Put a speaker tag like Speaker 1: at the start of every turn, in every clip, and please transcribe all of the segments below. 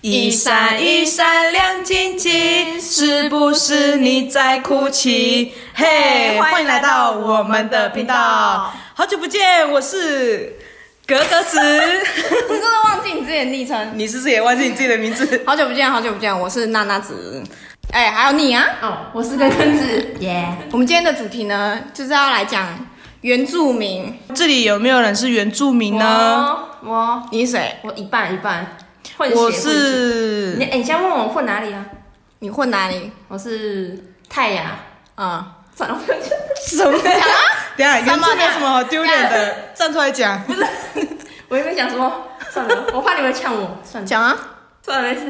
Speaker 1: 一闪一闪亮晶晶，是不是你在哭泣？嘿，欢迎来到我们的频道，好久不见，我是格格子，
Speaker 2: 你真的忘记你自己的昵称？
Speaker 1: 你是不是也忘记你自己的名字？
Speaker 2: 好久不见，好久不见，我是娜娜子。哎、还有你啊！
Speaker 3: 哦，我是根根子，耶！
Speaker 2: 我们今天的主题呢，就是要来讲原住民。
Speaker 1: 这里有没有人是原住民呢？
Speaker 3: 我我
Speaker 2: 你是谁？
Speaker 3: 我一半一半，混血
Speaker 1: 我
Speaker 3: 混血你，
Speaker 1: 是
Speaker 3: 哎、你先问我混哪里啊？
Speaker 2: 你混哪里？
Speaker 3: 我是泰雅，
Speaker 2: 啊、
Speaker 3: 算了，不要讲
Speaker 1: 什么？等一下，原
Speaker 2: 什么
Speaker 1: 住民有什么好丢脸的？站出来讲。
Speaker 3: 我原本想说，算了， 我怕你们呛我，算了，
Speaker 2: 讲啊！
Speaker 3: 算了，没事。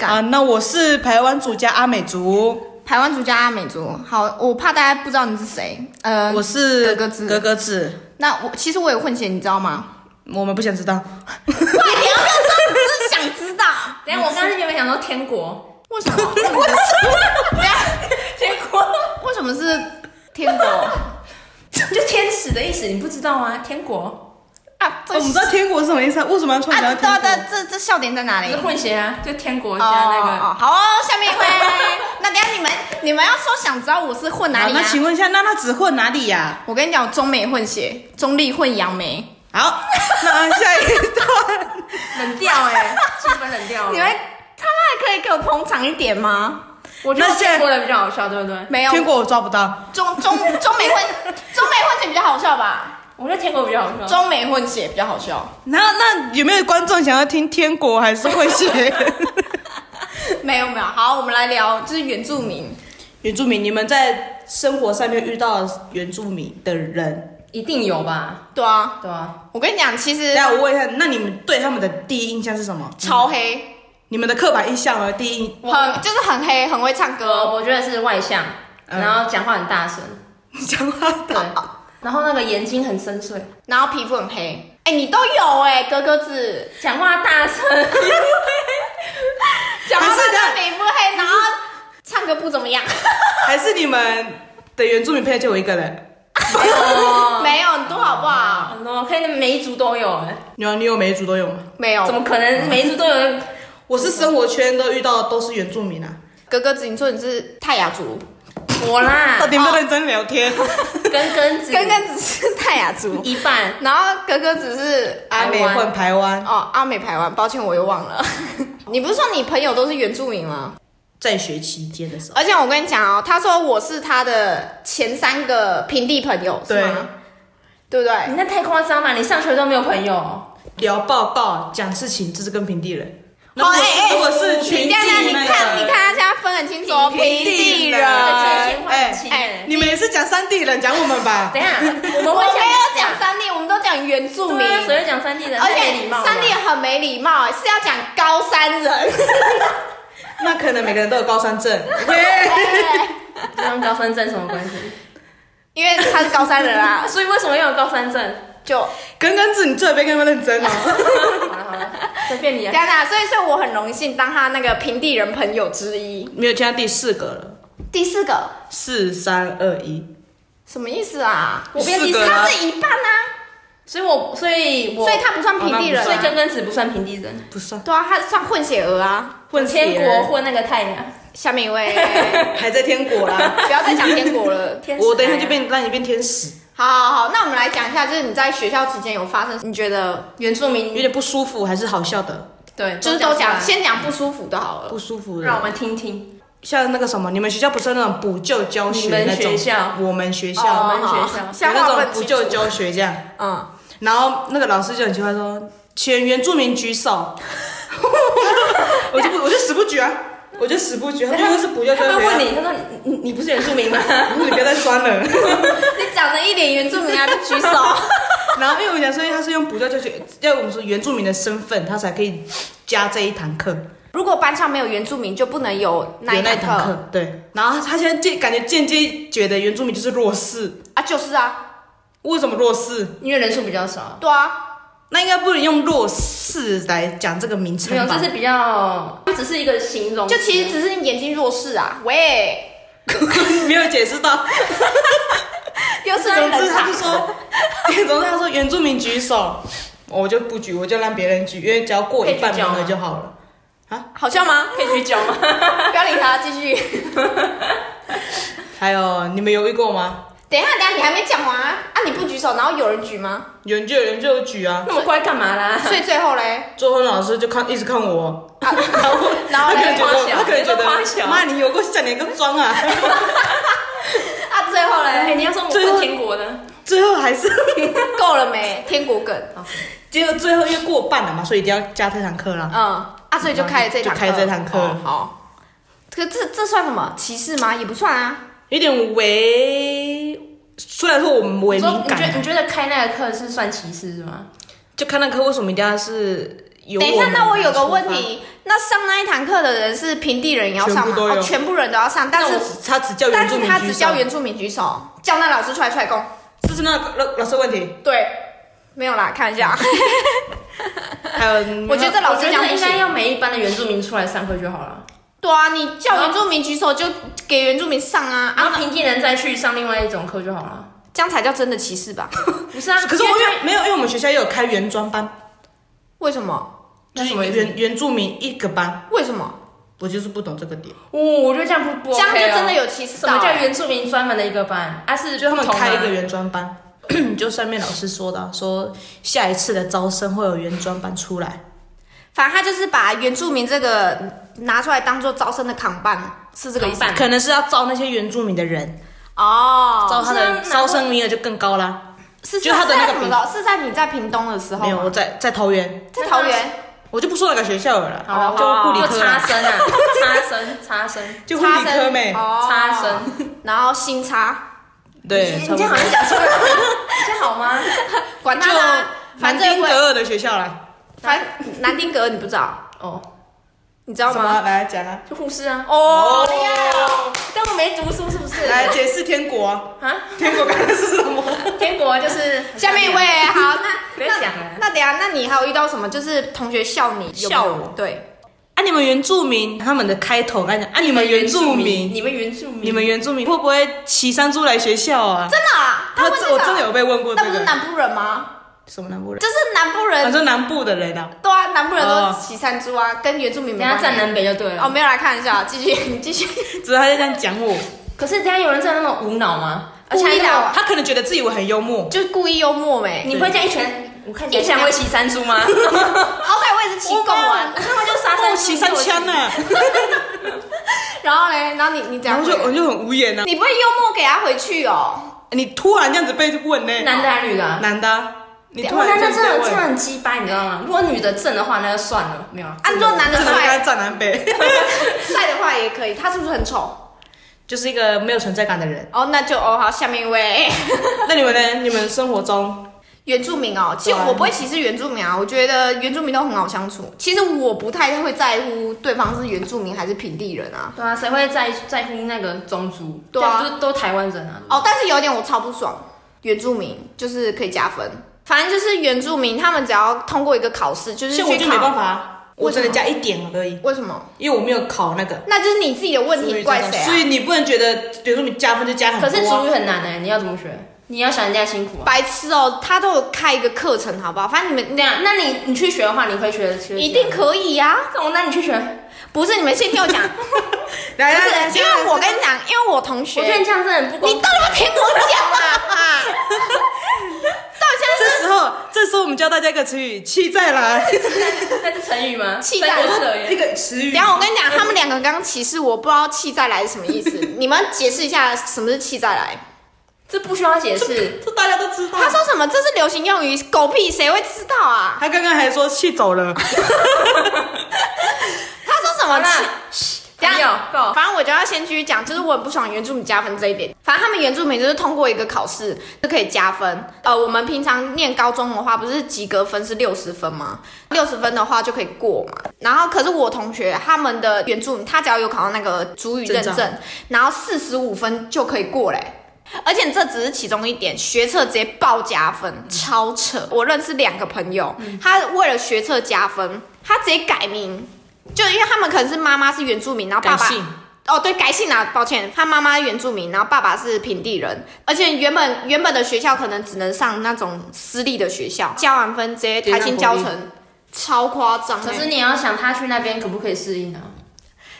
Speaker 2: 干
Speaker 1: 啊，那我是台湾族加阿美族，
Speaker 2: 台湾族加阿美族。好，我怕大家不知道你是谁。呃，
Speaker 1: 我是
Speaker 2: 格格子
Speaker 1: 嗯格格子，
Speaker 2: 那我其实我也混血，你知道吗？
Speaker 1: 我们不想知道。哦
Speaker 2: 快点，我想说，只是想知道
Speaker 3: 等一下我刚刚原本想说天国，
Speaker 2: 为什么？为 什么？等一下
Speaker 3: 天国
Speaker 2: 为什么是天国
Speaker 3: 就天使的意思，你不知道吗？天国
Speaker 2: 啊？
Speaker 1: 哦我
Speaker 2: 这
Speaker 1: 们知道天国是什么意思啊？为什么要穿
Speaker 2: 啊，
Speaker 1: 成
Speaker 2: 对啊，
Speaker 1: 天
Speaker 2: 这这这笑点在哪里
Speaker 3: 就是？混血啊，就天国
Speaker 2: 哦
Speaker 3: 加那个。
Speaker 2: 哦，好哦，下面一位。 那等一下你们你们要说想知道我是混
Speaker 1: 国？
Speaker 2: 哪
Speaker 1: 好，
Speaker 2: 里啊
Speaker 1: 那？请问一下，娜娜只混哪里呀、
Speaker 2: 我跟你讲，我中美混血，中立混杨梅。
Speaker 1: 好，那下一段，
Speaker 3: 冷掉 哎、气氛冷掉了。
Speaker 2: 你们他妈的可以给我捧场一点吗？
Speaker 3: 我觉
Speaker 1: 那
Speaker 3: 得
Speaker 1: 现在
Speaker 3: 天国的比较好笑，对不对？
Speaker 2: 没有，
Speaker 1: 天国我抓不到。
Speaker 2: 中中中美混 中美混血比较好笑吧？
Speaker 3: 我觉得天国比较好笑。
Speaker 2: 中美混血比较好笑。
Speaker 1: 那那有没有观众想要听天国还是混血？
Speaker 2: 没有没有，好，我们来聊就是原住民。
Speaker 1: 原住民，你们在生活上面遇到原住民的人，
Speaker 3: 一定有吧？
Speaker 2: 对啊，
Speaker 3: 对啊，
Speaker 2: 我跟你讲，其实
Speaker 1: 那我问一下，那你们对他们的第一印象是什么？
Speaker 2: 超黑，
Speaker 1: 你们的刻板印象和第一印
Speaker 2: 很就是很黑，很会唱歌。
Speaker 3: 我我觉得是外向，
Speaker 1: 嗯
Speaker 3: 然后讲话很大声，
Speaker 1: 讲话
Speaker 3: 对，然后那个眼睛很深邃，
Speaker 2: 然后皮肤很黑。哎、你都有哎、哥哥子，
Speaker 3: 讲话大声，
Speaker 2: 讲话
Speaker 1: 还是
Speaker 2: 他
Speaker 1: 他
Speaker 2: 皮肤黑，然后唱歌不怎么样。
Speaker 1: 还是你们的原住民朋友就我一个人？
Speaker 2: 没有，你多好不好？
Speaker 3: 很哦多，可以每一组都有哎，
Speaker 1: 你有你有每一组都有吗？
Speaker 2: 没有
Speaker 3: 怎，么可
Speaker 2: 嗯
Speaker 3: 能每一组都有？
Speaker 1: 我是生活圈都遇到都是原住民啊，
Speaker 2: 哥哥子，你说你是泰雅族，
Speaker 3: 我啦
Speaker 1: 到，底有没有认真聊天？
Speaker 3: 跟根子
Speaker 2: 根根子是泰雅族，
Speaker 3: 一半，
Speaker 2: 然后哥哥子是
Speaker 1: 阿美混台湾，
Speaker 2: 哦阿美台湾，抱歉我又忘了。 你不是说你朋友都是原住民吗？
Speaker 1: 在学期间的时候，
Speaker 2: 而且我跟你讲哦，他说我是他的前三个平地朋友，是吗？对不对？
Speaker 3: 你那太夸张了，你上学都没有朋
Speaker 2: 呃
Speaker 3: 友，
Speaker 1: 聊报告、讲事情，这是跟平地人。如
Speaker 2: 哦
Speaker 1: 果
Speaker 2: 哎
Speaker 1: 是
Speaker 2: 哎
Speaker 1: 如果是群
Speaker 2: 你
Speaker 1: 地
Speaker 2: 看看，你
Speaker 1: 那
Speaker 2: 看，你看，
Speaker 1: 个，
Speaker 2: 他现在分很清楚哦，平地人。
Speaker 3: 那个界限划
Speaker 1: 哎
Speaker 3: 很清
Speaker 2: 哎
Speaker 1: 你们也是讲山地人，讲我们吧。
Speaker 3: 等一下，
Speaker 2: 我
Speaker 3: 我们
Speaker 2: 们
Speaker 3: 会
Speaker 2: 没有讲三地，我们都讲原住民
Speaker 3: 对。啊谁会讲三 D 的？
Speaker 2: 而
Speaker 3: 太没
Speaker 2: 且
Speaker 3: 礼貌啊了
Speaker 2: 三弟很没礼貌、欸是要讲高山人，
Speaker 1: 那可能每个人都有高山 症。
Speaker 3: 这跟高山症什么关系？
Speaker 2: 因为他是高山人啊，
Speaker 3: 所以为什么要有高山症？
Speaker 2: 就
Speaker 1: 耿耿子，你最好别跟他们认真哦。
Speaker 3: 好了好了，随便你
Speaker 2: 这
Speaker 3: 啊。
Speaker 2: 样啊，所以说我很荣幸当他那个平地人朋友之一。
Speaker 1: 没有，现在第四个了，
Speaker 2: 第四个
Speaker 1: 四三二一，
Speaker 2: 什么意思啊？
Speaker 3: 我变
Speaker 1: 四
Speaker 3: 第四
Speaker 1: 个
Speaker 2: 他
Speaker 1: 啊
Speaker 2: 是一半啊，
Speaker 3: 所以我所以我
Speaker 2: 所以他不算平地人、
Speaker 3: 所以
Speaker 2: 啊，
Speaker 3: 根根哦子不算平地人，
Speaker 1: 不算
Speaker 2: 对啊，他算混血儿啊。
Speaker 1: 混
Speaker 3: 天
Speaker 1: 血
Speaker 3: 国混那个太阳，
Speaker 2: 下面一位，
Speaker 1: 还在天国啦。
Speaker 2: 不要再讲天国了。
Speaker 3: 天使
Speaker 1: 我等一下
Speaker 3: 太阳
Speaker 1: 就变让你变天使，
Speaker 2: 好好好，那我们来讲一下，就是你在学校期间有发生，你觉得
Speaker 3: 原住
Speaker 1: 有
Speaker 3: 民，
Speaker 1: 点不舒服还是好笑的？
Speaker 3: 对，
Speaker 2: 就是都
Speaker 3: 出来
Speaker 2: 讲，先讲不舒服的好了。
Speaker 1: 不舒服的。
Speaker 3: 让我们听听。
Speaker 1: 像那个什么，你们学校不是那种补救教学
Speaker 3: 你们
Speaker 1: 那种？
Speaker 3: 学校
Speaker 1: 我们学校、
Speaker 2: 哦
Speaker 3: 我们学校
Speaker 2: 好
Speaker 1: 有
Speaker 2: 消化
Speaker 1: 那
Speaker 2: 问
Speaker 1: 种
Speaker 2: 题
Speaker 1: 补救教学这样。
Speaker 2: 嗯，
Speaker 1: 然后那个老师就很奇怪说：“请原住民举手。” 我就不，我就死不举啊，我就死不举。他说是补救
Speaker 3: 他
Speaker 1: 教学、
Speaker 3: 会问
Speaker 1: 啊，
Speaker 3: 你，他说你你你不是原住 民吗？
Speaker 1: 你别再酸了。
Speaker 2: 你讲的一脸原住民啊，就举手。
Speaker 1: 然后因为我讲说他是用补救教学，要我们说原住民的身份，他才可以加这一堂课。
Speaker 2: 如果班上没有原住民，就不能有那
Speaker 1: 有
Speaker 2: 一
Speaker 1: 那
Speaker 2: 堂
Speaker 1: 一堂
Speaker 2: 课
Speaker 1: 课，对。然后他现在间感觉间接觉得原住民就是弱势，
Speaker 2: 啊，就是啊，
Speaker 1: 为什么弱势？
Speaker 3: 因为人数比较少，
Speaker 2: 对啊，
Speaker 1: 那应该不能用弱势来讲这个名称
Speaker 3: 没有，
Speaker 1: 吧？
Speaker 3: 这是比较，这只是一个形容词，
Speaker 2: 就其实只是你眼睛弱视啊，喂，
Speaker 1: 没有解释到。
Speaker 2: 又是
Speaker 1: 总
Speaker 2: 人
Speaker 1: 之他
Speaker 2: 场
Speaker 1: 就，说， 总之他说原住民举手，我就不举，我就让别人举，因为只要过一半名额就好了。啊，
Speaker 2: 好笑吗？
Speaker 3: 可以举脚吗？
Speaker 2: 不要理他，继续。
Speaker 1: 还有你们犹豫过吗？
Speaker 2: 等一下，等一下，你还没讲完啊！啊，你不举手，然后有人举吗？
Speaker 1: 有人就有人就有举啊，
Speaker 3: 那么乖干嘛啦？
Speaker 2: 所以最后嘞，
Speaker 1: 周芬老师就看一直看我，
Speaker 2: 啊然
Speaker 1: 他可
Speaker 2: 后
Speaker 1: 能
Speaker 2: 嘞，
Speaker 1: 觉
Speaker 3: 夸
Speaker 1: 得
Speaker 3: 小
Speaker 1: 他可能觉
Speaker 3: 你都夸
Speaker 1: 得
Speaker 3: 小
Speaker 1: 妈你有过像你个装 啊，
Speaker 2: 啊，最后
Speaker 3: 哎，
Speaker 2: 嘞，
Speaker 3: 你要说我
Speaker 1: 最后
Speaker 3: 是天国的，
Speaker 1: 最后还是
Speaker 2: 够了没？天国梗，
Speaker 1: 结果最后因为过半了嘛，所以一定要加这堂课啦。
Speaker 2: 嗯，啊，所以就开了这堂课，
Speaker 1: 就开了这堂课
Speaker 2: 哦好，可这这算什么歧视吗？也不算啊。
Speaker 1: 有点微，虽然说我们微
Speaker 3: 你说
Speaker 1: 敏
Speaker 3: 你觉得
Speaker 1: 感，
Speaker 3: 你觉得开那个课是算歧视是吗？
Speaker 1: 就看那课为什么一定要是由
Speaker 2: 等一下，
Speaker 1: 们
Speaker 2: 那我有个问
Speaker 1: 出发，
Speaker 2: 题，那上那一堂课的人是平地人也要
Speaker 1: 全
Speaker 2: 上吗？
Speaker 1: 部都有
Speaker 2: 哦，全部人都要上，但
Speaker 1: 但
Speaker 2: 是
Speaker 1: 我只他只教原
Speaker 2: 但
Speaker 1: 住
Speaker 2: 是
Speaker 1: 民
Speaker 2: 他
Speaker 1: 举
Speaker 2: 只
Speaker 1: 手
Speaker 2: 教原住民举手，叫那老师出来踹供。
Speaker 1: 这是那个老老师的问 题，
Speaker 2: 对，没有啦，看一下。
Speaker 1: 还有
Speaker 2: 我觉得这老师讲不
Speaker 3: 我觉得应该
Speaker 2: 行。
Speaker 3: 要每一班的原住民出来上课就好了，
Speaker 2: 对啊，你叫原住民举手就给原住民上啊，
Speaker 3: 然后平地人再去上另外一种课就好了。
Speaker 2: 这样才叫真的歧视吧？
Speaker 3: 不是啊，
Speaker 1: 可是我
Speaker 3: 因为
Speaker 1: 因为没有，因为我们学校也有开原装班，
Speaker 2: 为什么？
Speaker 1: 就
Speaker 3: 那
Speaker 1: 是
Speaker 3: 什么意思
Speaker 1: 原原住民一个班，
Speaker 2: 为什么？
Speaker 1: 我就是不懂这个点，
Speaker 3: 哦，我觉得这样不不
Speaker 2: 这样
Speaker 3: OK
Speaker 2: 就
Speaker 3: 哦
Speaker 2: 真的有歧视
Speaker 3: 什
Speaker 2: 到
Speaker 3: 么叫
Speaker 2: 欸。
Speaker 3: 原住民专门的一个班啊？是
Speaker 1: 就他们
Speaker 3: 不同吗
Speaker 1: 开一个原装班， 就上面老师说的啊、说下一次的招生会有原装班出来，
Speaker 2: 反正他就是把原住民这个拿出来当做招生的扛棒，是这个意思
Speaker 3: 扛。棒
Speaker 1: 可能是要招那些原住民的人，招
Speaker 2: 哦，
Speaker 1: 他的
Speaker 3: 是啊那
Speaker 1: 招生名额就更高啦。
Speaker 2: 是
Speaker 1: 就他的那个
Speaker 2: 是在什么时候？是在你在屏东的时候
Speaker 1: 没有，我
Speaker 2: 吗？
Speaker 1: 在在桃园，
Speaker 2: 在桃园。
Speaker 1: 我就不说哪个学校了啦，
Speaker 3: 好了，
Speaker 1: 就护理
Speaker 3: 就
Speaker 1: 科
Speaker 3: 插
Speaker 1: 啊，
Speaker 3: 身啊，插身，插身，
Speaker 1: 就护理
Speaker 2: 插
Speaker 1: 科
Speaker 2: 身
Speaker 1: 妹，
Speaker 2: 哦
Speaker 3: 插身，
Speaker 2: 然后新差，
Speaker 1: 对，
Speaker 3: 你
Speaker 1: 差不多
Speaker 3: 这样好像讲出来，你这样好 吗？
Speaker 2: 管他
Speaker 1: 就
Speaker 2: 啦，
Speaker 1: 南
Speaker 2: 反正
Speaker 1: 丁
Speaker 2: 我
Speaker 1: 格尔的学校啦，
Speaker 2: 反正南丁格尔你不知道，
Speaker 3: 哦，
Speaker 2: 你知道
Speaker 1: 什
Speaker 2: 吗？
Speaker 1: 么来讲啊？
Speaker 3: 就护士啊，
Speaker 2: 哦，厉害哦！但我没读书，是不是？
Speaker 1: 来解释天国啊，
Speaker 3: 啊，
Speaker 1: 天国刚才是什么？
Speaker 3: 天国就是
Speaker 2: 下面一位，好，
Speaker 3: 不
Speaker 2: 那
Speaker 3: 要
Speaker 2: 那
Speaker 3: 讲了
Speaker 2: 那等一下，那你还有遇到什么？就是同学笑你，有没有
Speaker 1: 笑我
Speaker 2: 对，
Speaker 1: 啊，你们原住民他们的开头刚才讲啊，你
Speaker 3: 你
Speaker 1: 们原住民，
Speaker 3: 你们原住民，
Speaker 1: 你们原住民会不会骑山猪来学校啊？
Speaker 2: 真的啊？
Speaker 1: 他
Speaker 2: 问这
Speaker 1: 这
Speaker 2: 个
Speaker 1: 我真的有被问过
Speaker 2: 那
Speaker 1: 这
Speaker 2: 不是
Speaker 1: 个，
Speaker 2: 南部人吗？
Speaker 1: 什么南部人？
Speaker 2: 就是南部
Speaker 1: 反
Speaker 2: 人，
Speaker 1: 正南部的人啊，
Speaker 2: 对啊，南部人都
Speaker 1: 哦
Speaker 2: 骑山猪啊，跟原住民没
Speaker 3: 等下
Speaker 2: 关
Speaker 3: 站
Speaker 2: 系。
Speaker 3: 南北就对
Speaker 2: 哦，
Speaker 3: 了。
Speaker 2: 没有来看一下，继续，你继续。
Speaker 1: 只是他在这样讲我，
Speaker 3: 可是等下有人站那么无脑吗？
Speaker 2: 故意的
Speaker 3: 而且还那么
Speaker 1: 他可能觉得自己我很幽默，
Speaker 2: 就是故意幽默没？
Speaker 3: 你不会这样一拳，我看
Speaker 2: 一
Speaker 3: 一
Speaker 2: 拳
Speaker 3: 拳会骑山猪 吗？
Speaker 2: 好哦歹我也是骑
Speaker 3: 我
Speaker 2: 共玩。
Speaker 3: 根本就杀
Speaker 1: 哦，
Speaker 3: 山
Speaker 1: 骑山枪
Speaker 3: 呢。
Speaker 1: 啊，
Speaker 2: 然后嘞，然后你你怎
Speaker 1: 然
Speaker 2: 样
Speaker 1: 后就我
Speaker 2: 回？
Speaker 1: 就很无言啊。
Speaker 2: 你不会幽默给他回去哦？
Speaker 1: 你突然这样子被问呢，
Speaker 3: 男的还是女的啊？
Speaker 1: 男的啊，你突
Speaker 3: 哇，
Speaker 1: 然
Speaker 3: 男
Speaker 1: 这样子被
Speaker 3: 的真的真的
Speaker 1: 问，
Speaker 3: 很鸡掰，你知道吗？如果女的正的话，那就算了，没有啊。
Speaker 2: 啊，如果男的
Speaker 1: 真的应
Speaker 2: 帅
Speaker 1: 该站南北，
Speaker 2: 帅的话也可以，他是不是很丑？
Speaker 1: 就是一个没有存在感的人。
Speaker 2: 哦，那就哦好，下面一位。
Speaker 1: 那你们呢？你们生活中
Speaker 2: 原住民哦，其实
Speaker 1: 对啊
Speaker 2: 我不会歧视原住民啊，我觉得原住民都很好相处。其实我不太会在乎对方是原住民还是平地人啊。
Speaker 3: 对啊，谁会在在乎那个种族？
Speaker 2: 对啊
Speaker 3: 这样不是都台湾人啊。
Speaker 2: 哦，但是有一点我超不爽，原住民就是可以加分，反正就是原住民他们只要通过一个考试，就是去
Speaker 1: 像
Speaker 2: 考。
Speaker 1: 我就没办法啊，我
Speaker 2: 为什
Speaker 1: 只能
Speaker 2: 么
Speaker 1: 加一点而已。
Speaker 2: 为什么？
Speaker 1: 因为我没有考那个。
Speaker 2: 那就是你自己的问题，你怪谁
Speaker 1: 所
Speaker 2: 啊？
Speaker 1: 以你不能觉得，比如说你加分就加很多、
Speaker 3: 可
Speaker 1: 啊。
Speaker 3: 是主语很难哎、你要怎么学？你要想人家辛苦啊。
Speaker 2: 白痴哦，他都有开一个课程，好不好？反正你们
Speaker 3: 那样，那你你去学的话，你会学得学得起来
Speaker 2: 一定可以呀、
Speaker 3: 这种，那你去学。我
Speaker 2: 不是，你们先听 我讲，不
Speaker 1: 来来来，
Speaker 2: 是，因为我跟你讲，因为我同学，
Speaker 3: 觉得你这样真的很不公
Speaker 2: 你
Speaker 3: 平。
Speaker 2: 到底要听我讲啊？啊到底现在
Speaker 1: 这时候，这时候我们教大家一个词语“气再来
Speaker 3: 那是成语 吗？
Speaker 2: 气炸了
Speaker 3: 三国策”，
Speaker 1: 一
Speaker 3: 耶
Speaker 1: 个词语
Speaker 2: 等一。下我跟你讲，他们两个刚刚歧视我，不知道气再来是什么意思，你们解释一下什么是气再来？
Speaker 3: 这不需要解释。
Speaker 1: 这大家都知道。
Speaker 2: 他说什么？这是流行用语，狗屁，谁会知道啊？
Speaker 1: 他刚刚还说气走了，
Speaker 2: 他说什么
Speaker 3: 好啦
Speaker 2: 气？等一
Speaker 3: 朋友
Speaker 2: 下
Speaker 3: 够
Speaker 2: 反正我就要先继续讲，就是我很不爽原住民加分这一点。反正他们原住民就是通过一个考试就可以加分。呃，我们平常念高中的话，不是及格分是六十分吗？六十分的话就可以过嘛。然后可是我同学他们的原住民，他只要有考到那个主语认
Speaker 1: 证
Speaker 2: 证，然后四十五分就可以过嘞、而且这只是其中一点，学测直接爆加分，超扯！我认识两个朋友，他为了学测加分，他直接改名，就因为他们可能是妈妈是原住民，然后爸
Speaker 1: 改
Speaker 2: 爸
Speaker 1: 姓
Speaker 2: 哦，对，改姓啊，抱歉，他妈妈原住民，然后爸爸是平地人，而且原本原本的学校可能只能上那种私立的学校，加完分直接台青教
Speaker 1: 对
Speaker 2: 程，超夸张欸、
Speaker 3: 可是你要想他去那边可不可以适应啊？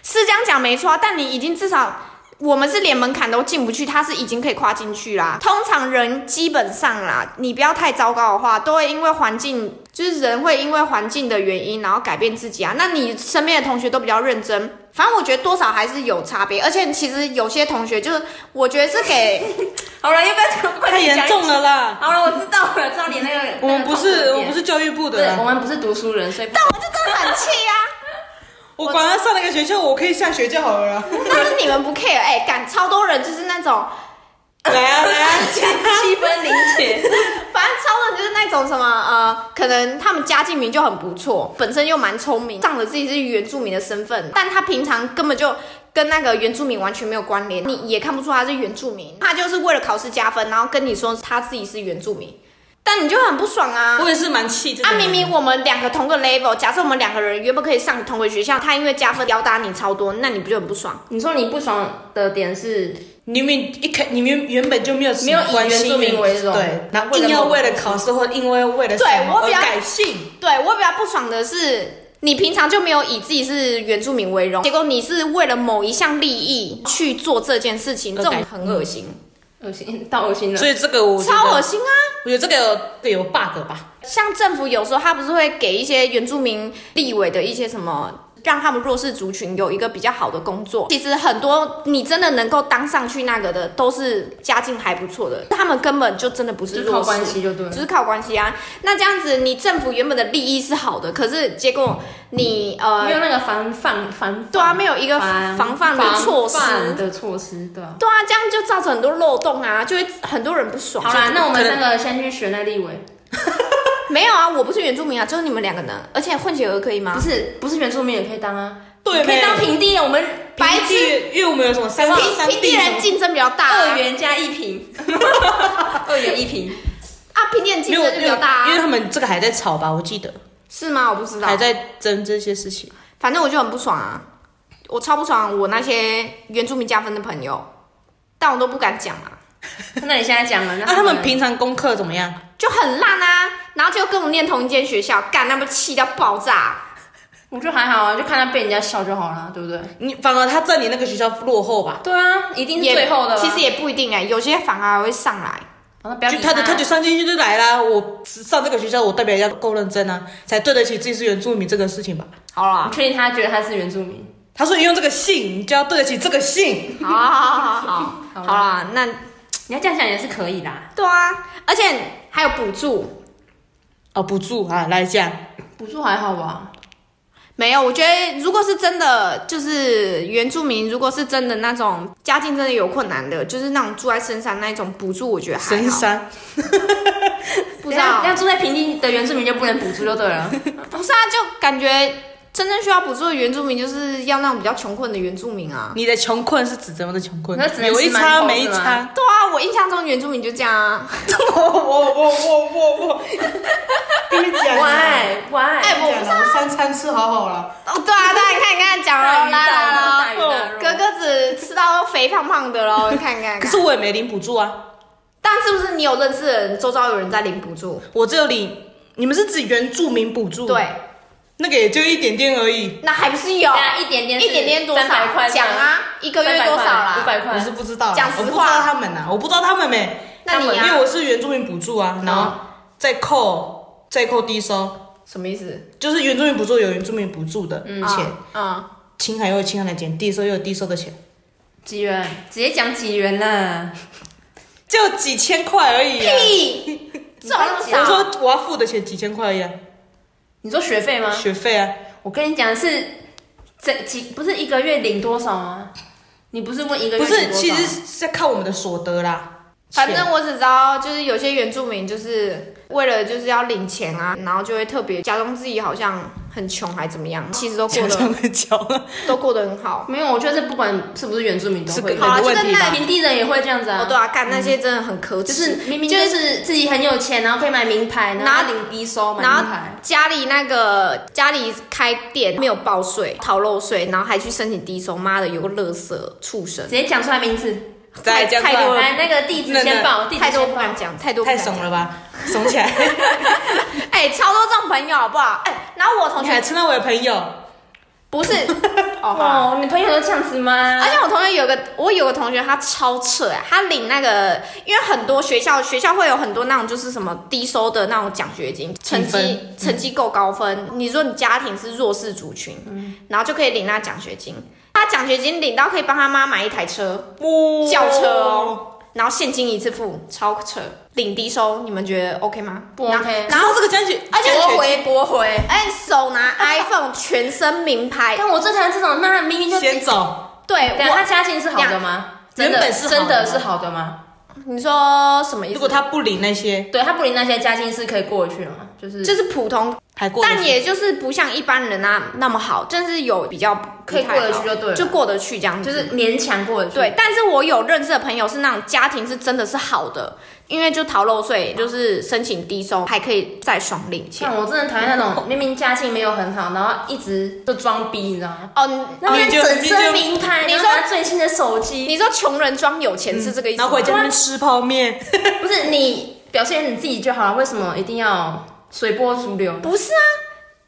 Speaker 2: 是这样讲没错啊，但你已经至少我们是连门槛都进不去，他是已经可以跨进去啦。通常人基本上啦，你不要太糟糕的话，都会因为环境，就是人会因为环境的原因，然后改变自己啊。那你身边的同学都比较认真，反正我觉得多少还是有差别，而且其实有些同学就是，我觉得是给。
Speaker 3: 好了，要不要讲？快
Speaker 1: 太
Speaker 3: 点
Speaker 1: 严
Speaker 3: 讲
Speaker 1: 重了啦！
Speaker 3: 好了，我知道了，知道你那个。
Speaker 1: 我们不
Speaker 3: 那
Speaker 1: 是
Speaker 3: 个痛
Speaker 1: 我
Speaker 3: 苦点
Speaker 1: 们不是教育部的
Speaker 3: 对，我
Speaker 1: 啦，
Speaker 3: 们不是读书人，所以不
Speaker 2: 但我就真的很气啊！
Speaker 1: 我管他上了个学校，我可以下学就好了啦。
Speaker 2: 但是你们不 care，哎、赶超多人就是那种，
Speaker 1: 来啊来 啊！
Speaker 3: 七分零解。
Speaker 2: 反正超多人就是那种什么呃，可能他们家境明就很不错，本身又蛮聪明，仗着自己是原住民的身份，但他平常根本就。跟那个原住民完全没有关联，你也看不出他是原住民，他就是为了考试加分，然后跟你说他自己是原住民，但你就很不爽啊。
Speaker 1: 我也是蛮气这种
Speaker 2: 啊，
Speaker 1: 人。
Speaker 2: 明明我们两个同个 level，假设我们两个人原本可以上同个学校，他因为加分吊打你超多，那你不就很不爽？
Speaker 3: 你说你不爽的点是
Speaker 1: 你明一开，你们原本就没有什么
Speaker 3: 没有以
Speaker 1: 关心
Speaker 3: 原住民为荣
Speaker 1: 对，然后
Speaker 3: 为了
Speaker 1: 硬要
Speaker 3: 某
Speaker 1: 为了考试或因为为了
Speaker 2: 对
Speaker 1: 什么
Speaker 2: 我
Speaker 1: 而
Speaker 2: 比较
Speaker 1: 改姓，
Speaker 2: 对我比较不爽的是，你平常就没有以自己是原住民为荣，结果你是为了某一项利益去做这件事情，这种很恶心，
Speaker 3: 恶心到恶心了
Speaker 1: 所，以这个我觉得
Speaker 2: 超恶心啊！
Speaker 1: 我觉得这个有对有 bug 吧？
Speaker 2: 像政府有时候他不是会给一些原住民立委的一些什么。让他们弱势族群有一个比较好的工作。其实很多你真的能够当上去那个的，都是家境还不错的，他们根本就真的不
Speaker 3: 就是是靠
Speaker 2: 弱
Speaker 3: 关
Speaker 2: 势。
Speaker 3: 系就对了
Speaker 2: 就。是靠关系啊。那这样子，你政府原本的利益是好的，可是结果你
Speaker 3: 没
Speaker 2: 呃，
Speaker 3: 有那个防范防
Speaker 2: 对啊，没有一个防范的措施，
Speaker 3: 防范的措施，对啊。
Speaker 2: 对啊，这样就造成很多漏洞啊，就会很多人不爽。
Speaker 3: 好啦，那我们
Speaker 1: 可能
Speaker 3: 三个先去学那立委，
Speaker 2: 没有啊，我不是原住民啊，就是你们两个呢，而且混血儿可以
Speaker 3: 不
Speaker 2: 吗？
Speaker 3: 是不是原住民也可以当啊，
Speaker 1: 对
Speaker 3: 可以当平地的，我们
Speaker 2: 白痴
Speaker 1: 痴，因为我们有什么三
Speaker 2: 平
Speaker 1: 三
Speaker 2: 平地
Speaker 1: 什
Speaker 2: 人
Speaker 1: 么
Speaker 2: 竞争比较大、
Speaker 3: 二
Speaker 2: 啊，
Speaker 3: 元加一平，二元一平，
Speaker 2: 啊，平地人
Speaker 1: 没
Speaker 2: 竞
Speaker 1: 有
Speaker 2: 争就比
Speaker 1: 没有
Speaker 2: 较大、
Speaker 1: 因为
Speaker 2: 啊，
Speaker 1: 他们这个还在吵吧？我记得
Speaker 2: 是吗？我不知道
Speaker 1: 还，在争这些事情。
Speaker 2: 反正我就很不爽啊，我超不爽我那些原住民加分的朋友，但我都不敢讲啊。
Speaker 3: 那你现在讲了，那
Speaker 1: 那啊他们平常功课怎么样？
Speaker 2: 就很烂啊，然后就跟我念同一间学校，干那不气到爆炸。
Speaker 3: 我就还好啊，就看他被人家笑就好了，对不对？
Speaker 1: 你反而他在你那个学校落后吧？
Speaker 3: 对啊，一定是
Speaker 2: 也
Speaker 3: 最后的啦，
Speaker 2: 其实也不一定哎、有些反而会上来。
Speaker 3: 好那不要理
Speaker 1: 就他的他就
Speaker 3: 就
Speaker 1: 上进去就来啦。我上这个学校，我代表要够认真啊，才对得起自己是原住民这个事情吧。
Speaker 2: 好啦，
Speaker 3: 确定他觉得他是原住民，
Speaker 1: 他说你用这个姓，你就要对得起这个姓。
Speaker 2: 好好好好好，
Speaker 3: 好啦
Speaker 2: 好啦，那
Speaker 3: 你要这样想也是可以啦。
Speaker 2: 对啊，而且还有补助，
Speaker 1: 哦，补助啊，来讲，
Speaker 3: 补助还好吧？
Speaker 2: 没有，我觉得如果是真的，就是原住民，如果是真的那种家境真的有困难的，就是那种住在深山那一种补助，我觉得还
Speaker 1: 深
Speaker 2: 好。
Speaker 1: 山
Speaker 2: 不知道
Speaker 3: 等一下，要住在平地的原住民就不能补助就对了。
Speaker 2: 不是啊，就感觉真正需要补助的原住民，就是要那种比较穷困的原住民啊。
Speaker 1: 你的穷困是指怎么的穷困
Speaker 3: 那只？能
Speaker 1: 有一
Speaker 3: 吃馒
Speaker 1: 餐
Speaker 3: 头
Speaker 1: 没一
Speaker 3: 是吗
Speaker 1: 餐。
Speaker 2: 对啊，我印象中原住民就这样啊。
Speaker 1: 我我我我我 我，跟你讲啊，
Speaker 3: Why Why？
Speaker 2: 哎我不知道
Speaker 1: 三餐吃好好了，
Speaker 2: 哦，对啊，对啊，你看，你看，讲
Speaker 3: 大
Speaker 2: 了
Speaker 3: 鱼
Speaker 2: 啦
Speaker 3: 大肉，
Speaker 2: 啦
Speaker 3: 大
Speaker 2: 啦，
Speaker 3: 鱼大肉。
Speaker 2: 哥哥子吃到肥胖胖的喽，你看看。看
Speaker 1: 可是我也没领补助啊，
Speaker 2: 但是不是你有认识的人，周遭有人在领补助？
Speaker 1: 我只有领，你们是指原住民补助？
Speaker 2: 对，，那
Speaker 1: 那个也就一点点而已，
Speaker 2: 那还不是有
Speaker 3: 对啊，一点点是
Speaker 2: 一点点多
Speaker 3: 300
Speaker 2: 少？
Speaker 3: 块
Speaker 2: 讲，啊，一个月多少
Speaker 3: 五
Speaker 2: 啦？
Speaker 3: 百块
Speaker 1: 我，是不知道啦，啊
Speaker 2: 讲实
Speaker 1: 我不知
Speaker 2: 话
Speaker 1: 道他们呐，啊我不知道他们没，
Speaker 2: 那你啊嗯
Speaker 1: 他们因为我是原住民补助啊，然后再扣再扣低收，
Speaker 2: 什么意思？
Speaker 1: 就是原住民补助有原住民补助的
Speaker 3: 嗯
Speaker 1: 钱，
Speaker 2: 啊，
Speaker 1: 清寒又有清寒的钱，低收又有低收的钱，
Speaker 3: 几元？直接讲几元啦？
Speaker 1: 就几千块而已啊。
Speaker 2: 屁，这种那么
Speaker 1: 我
Speaker 2: 少？
Speaker 1: 说我要付的钱几千块而已啊，
Speaker 3: 你说学费吗？
Speaker 1: 学费啊，
Speaker 3: 我跟你讲是这几不是一个月领多少吗？你不是问一个月
Speaker 1: 不
Speaker 3: 领多
Speaker 1: 是，
Speaker 3: 少
Speaker 1: 其实是在看我们的所得啦。
Speaker 2: 反
Speaker 1: 钱
Speaker 2: 正我只知道，就是有些原住民就是为了就是要领钱啊，然后就会特别假装自己好像很穷还怎么样，其实都过
Speaker 1: 假
Speaker 2: 得
Speaker 1: 装在交了，
Speaker 2: 都过得很好。
Speaker 3: 没有，我觉得这不管是不是原住民都
Speaker 1: 是个
Speaker 3: 会
Speaker 1: 人
Speaker 3: 有，
Speaker 2: 好啊
Speaker 1: 的
Speaker 2: 就
Speaker 1: 问
Speaker 2: 跟
Speaker 1: 题
Speaker 2: 那
Speaker 1: 吧？
Speaker 3: 平地人也会这样子
Speaker 2: 哦，
Speaker 3: 啊。
Speaker 2: 对啊，干那些真的很可耻，
Speaker 3: 就是明明就是自己很有钱，然后可以买名牌，
Speaker 2: 然后
Speaker 3: 后领低收买
Speaker 2: 然后
Speaker 3: 名牌，
Speaker 2: 家里那个家里开店没有报税，逃漏税，然后还去申请低收，妈的有个乐色畜生
Speaker 3: 直，接讲出来名字，
Speaker 1: 再讲
Speaker 2: 太多了
Speaker 3: 哎来那个地址先报，地址
Speaker 2: 太多不
Speaker 3: 先报。
Speaker 2: 敢讲，太多不
Speaker 1: 太
Speaker 2: 敢
Speaker 1: 怂
Speaker 2: 讲。
Speaker 1: 了吧？怂起来，
Speaker 2: 哎、超多这种朋友好不好？哎、然后我同
Speaker 1: 你
Speaker 2: 学
Speaker 1: 还称赞我的朋友，
Speaker 2: 不是哦，好啊
Speaker 3: 哦，你朋友都这样子吗
Speaker 2: 而？且我同学有个，我有个同学他超扯哎、他领那个，因为很多学校学校会有很多那种就是什么低收的那种奖学金，成绩
Speaker 1: 分
Speaker 2: 成绩够高分，你说你家庭是弱势族群，然后就可以领那奖学金。他奖学金领到可以帮他妈买一台车，
Speaker 1: 哦
Speaker 2: 轿车哦，然后现金一次付，超扯。领低收，你们觉得 OK 吗？
Speaker 3: 不 OK
Speaker 1: 然
Speaker 2: 然
Speaker 1: 后
Speaker 2: 后
Speaker 1: 这个奖学，
Speaker 2: 而且
Speaker 1: 奖学
Speaker 3: 驳回驳回。
Speaker 2: 哎，手拿 iPhone，全身名牌，
Speaker 3: 但我最讨厌这种，那明明就
Speaker 1: 金先走，
Speaker 2: 对
Speaker 3: 等下他
Speaker 2: 我，
Speaker 3: 家境是好的吗？真
Speaker 1: 原
Speaker 3: 的
Speaker 1: 本是好的吗
Speaker 3: 真的是好的吗？
Speaker 2: 你说什么意
Speaker 1: 如果
Speaker 2: 思？
Speaker 1: 他不领那些，
Speaker 3: 对他不理那些家境是可以过得去的吗？就是
Speaker 2: 就是普通
Speaker 1: 还过得去，
Speaker 2: 但也就是不像一般人啊那那么好，但是有比较
Speaker 3: 可以过得去就对了
Speaker 2: 就过得去这样子。
Speaker 3: 就是勉强过得去。
Speaker 2: 对，但是我有认识的朋友是那种家庭是真的是好的，因为就逃漏税，就是申请低收，还可以再爽领钱。
Speaker 3: 像我真的讨厌那
Speaker 1: 哦
Speaker 3: 种明明家境没有很好，然后一直就装逼，你知道吗？
Speaker 2: 哦，你
Speaker 3: 那边
Speaker 1: 你就
Speaker 3: 整身
Speaker 1: 你
Speaker 3: 名牌，
Speaker 2: 你
Speaker 3: 然后
Speaker 2: 说
Speaker 3: 拿最新的手机，
Speaker 2: 你说穷人装有钱是这个意思
Speaker 1: 然
Speaker 2: 吗？
Speaker 1: 后回家那边吃泡面，
Speaker 3: 不是你表现你自己就好了，为什么一定要随波逐流？
Speaker 2: 不是啊，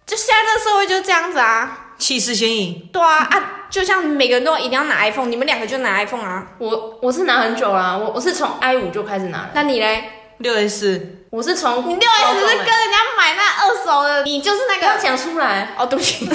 Speaker 2: 就现在这个社会就是这样子啊。
Speaker 1: 气势先赢。
Speaker 2: 对啊啊，就像每个人都一定要拿 iPhone，你们两个就拿 iPhone 啊。
Speaker 3: 我我是拿很久啦，我我是从 i 五就开始拿了，
Speaker 2: 那你嘞？
Speaker 1: 六 S，
Speaker 3: 我是从
Speaker 2: 你六 S 是跟
Speaker 3: 高中欸
Speaker 2: 人家买那二手的，你就是那
Speaker 3: 不要
Speaker 2: 个
Speaker 3: 讲出来，
Speaker 2: 哦，对不 起。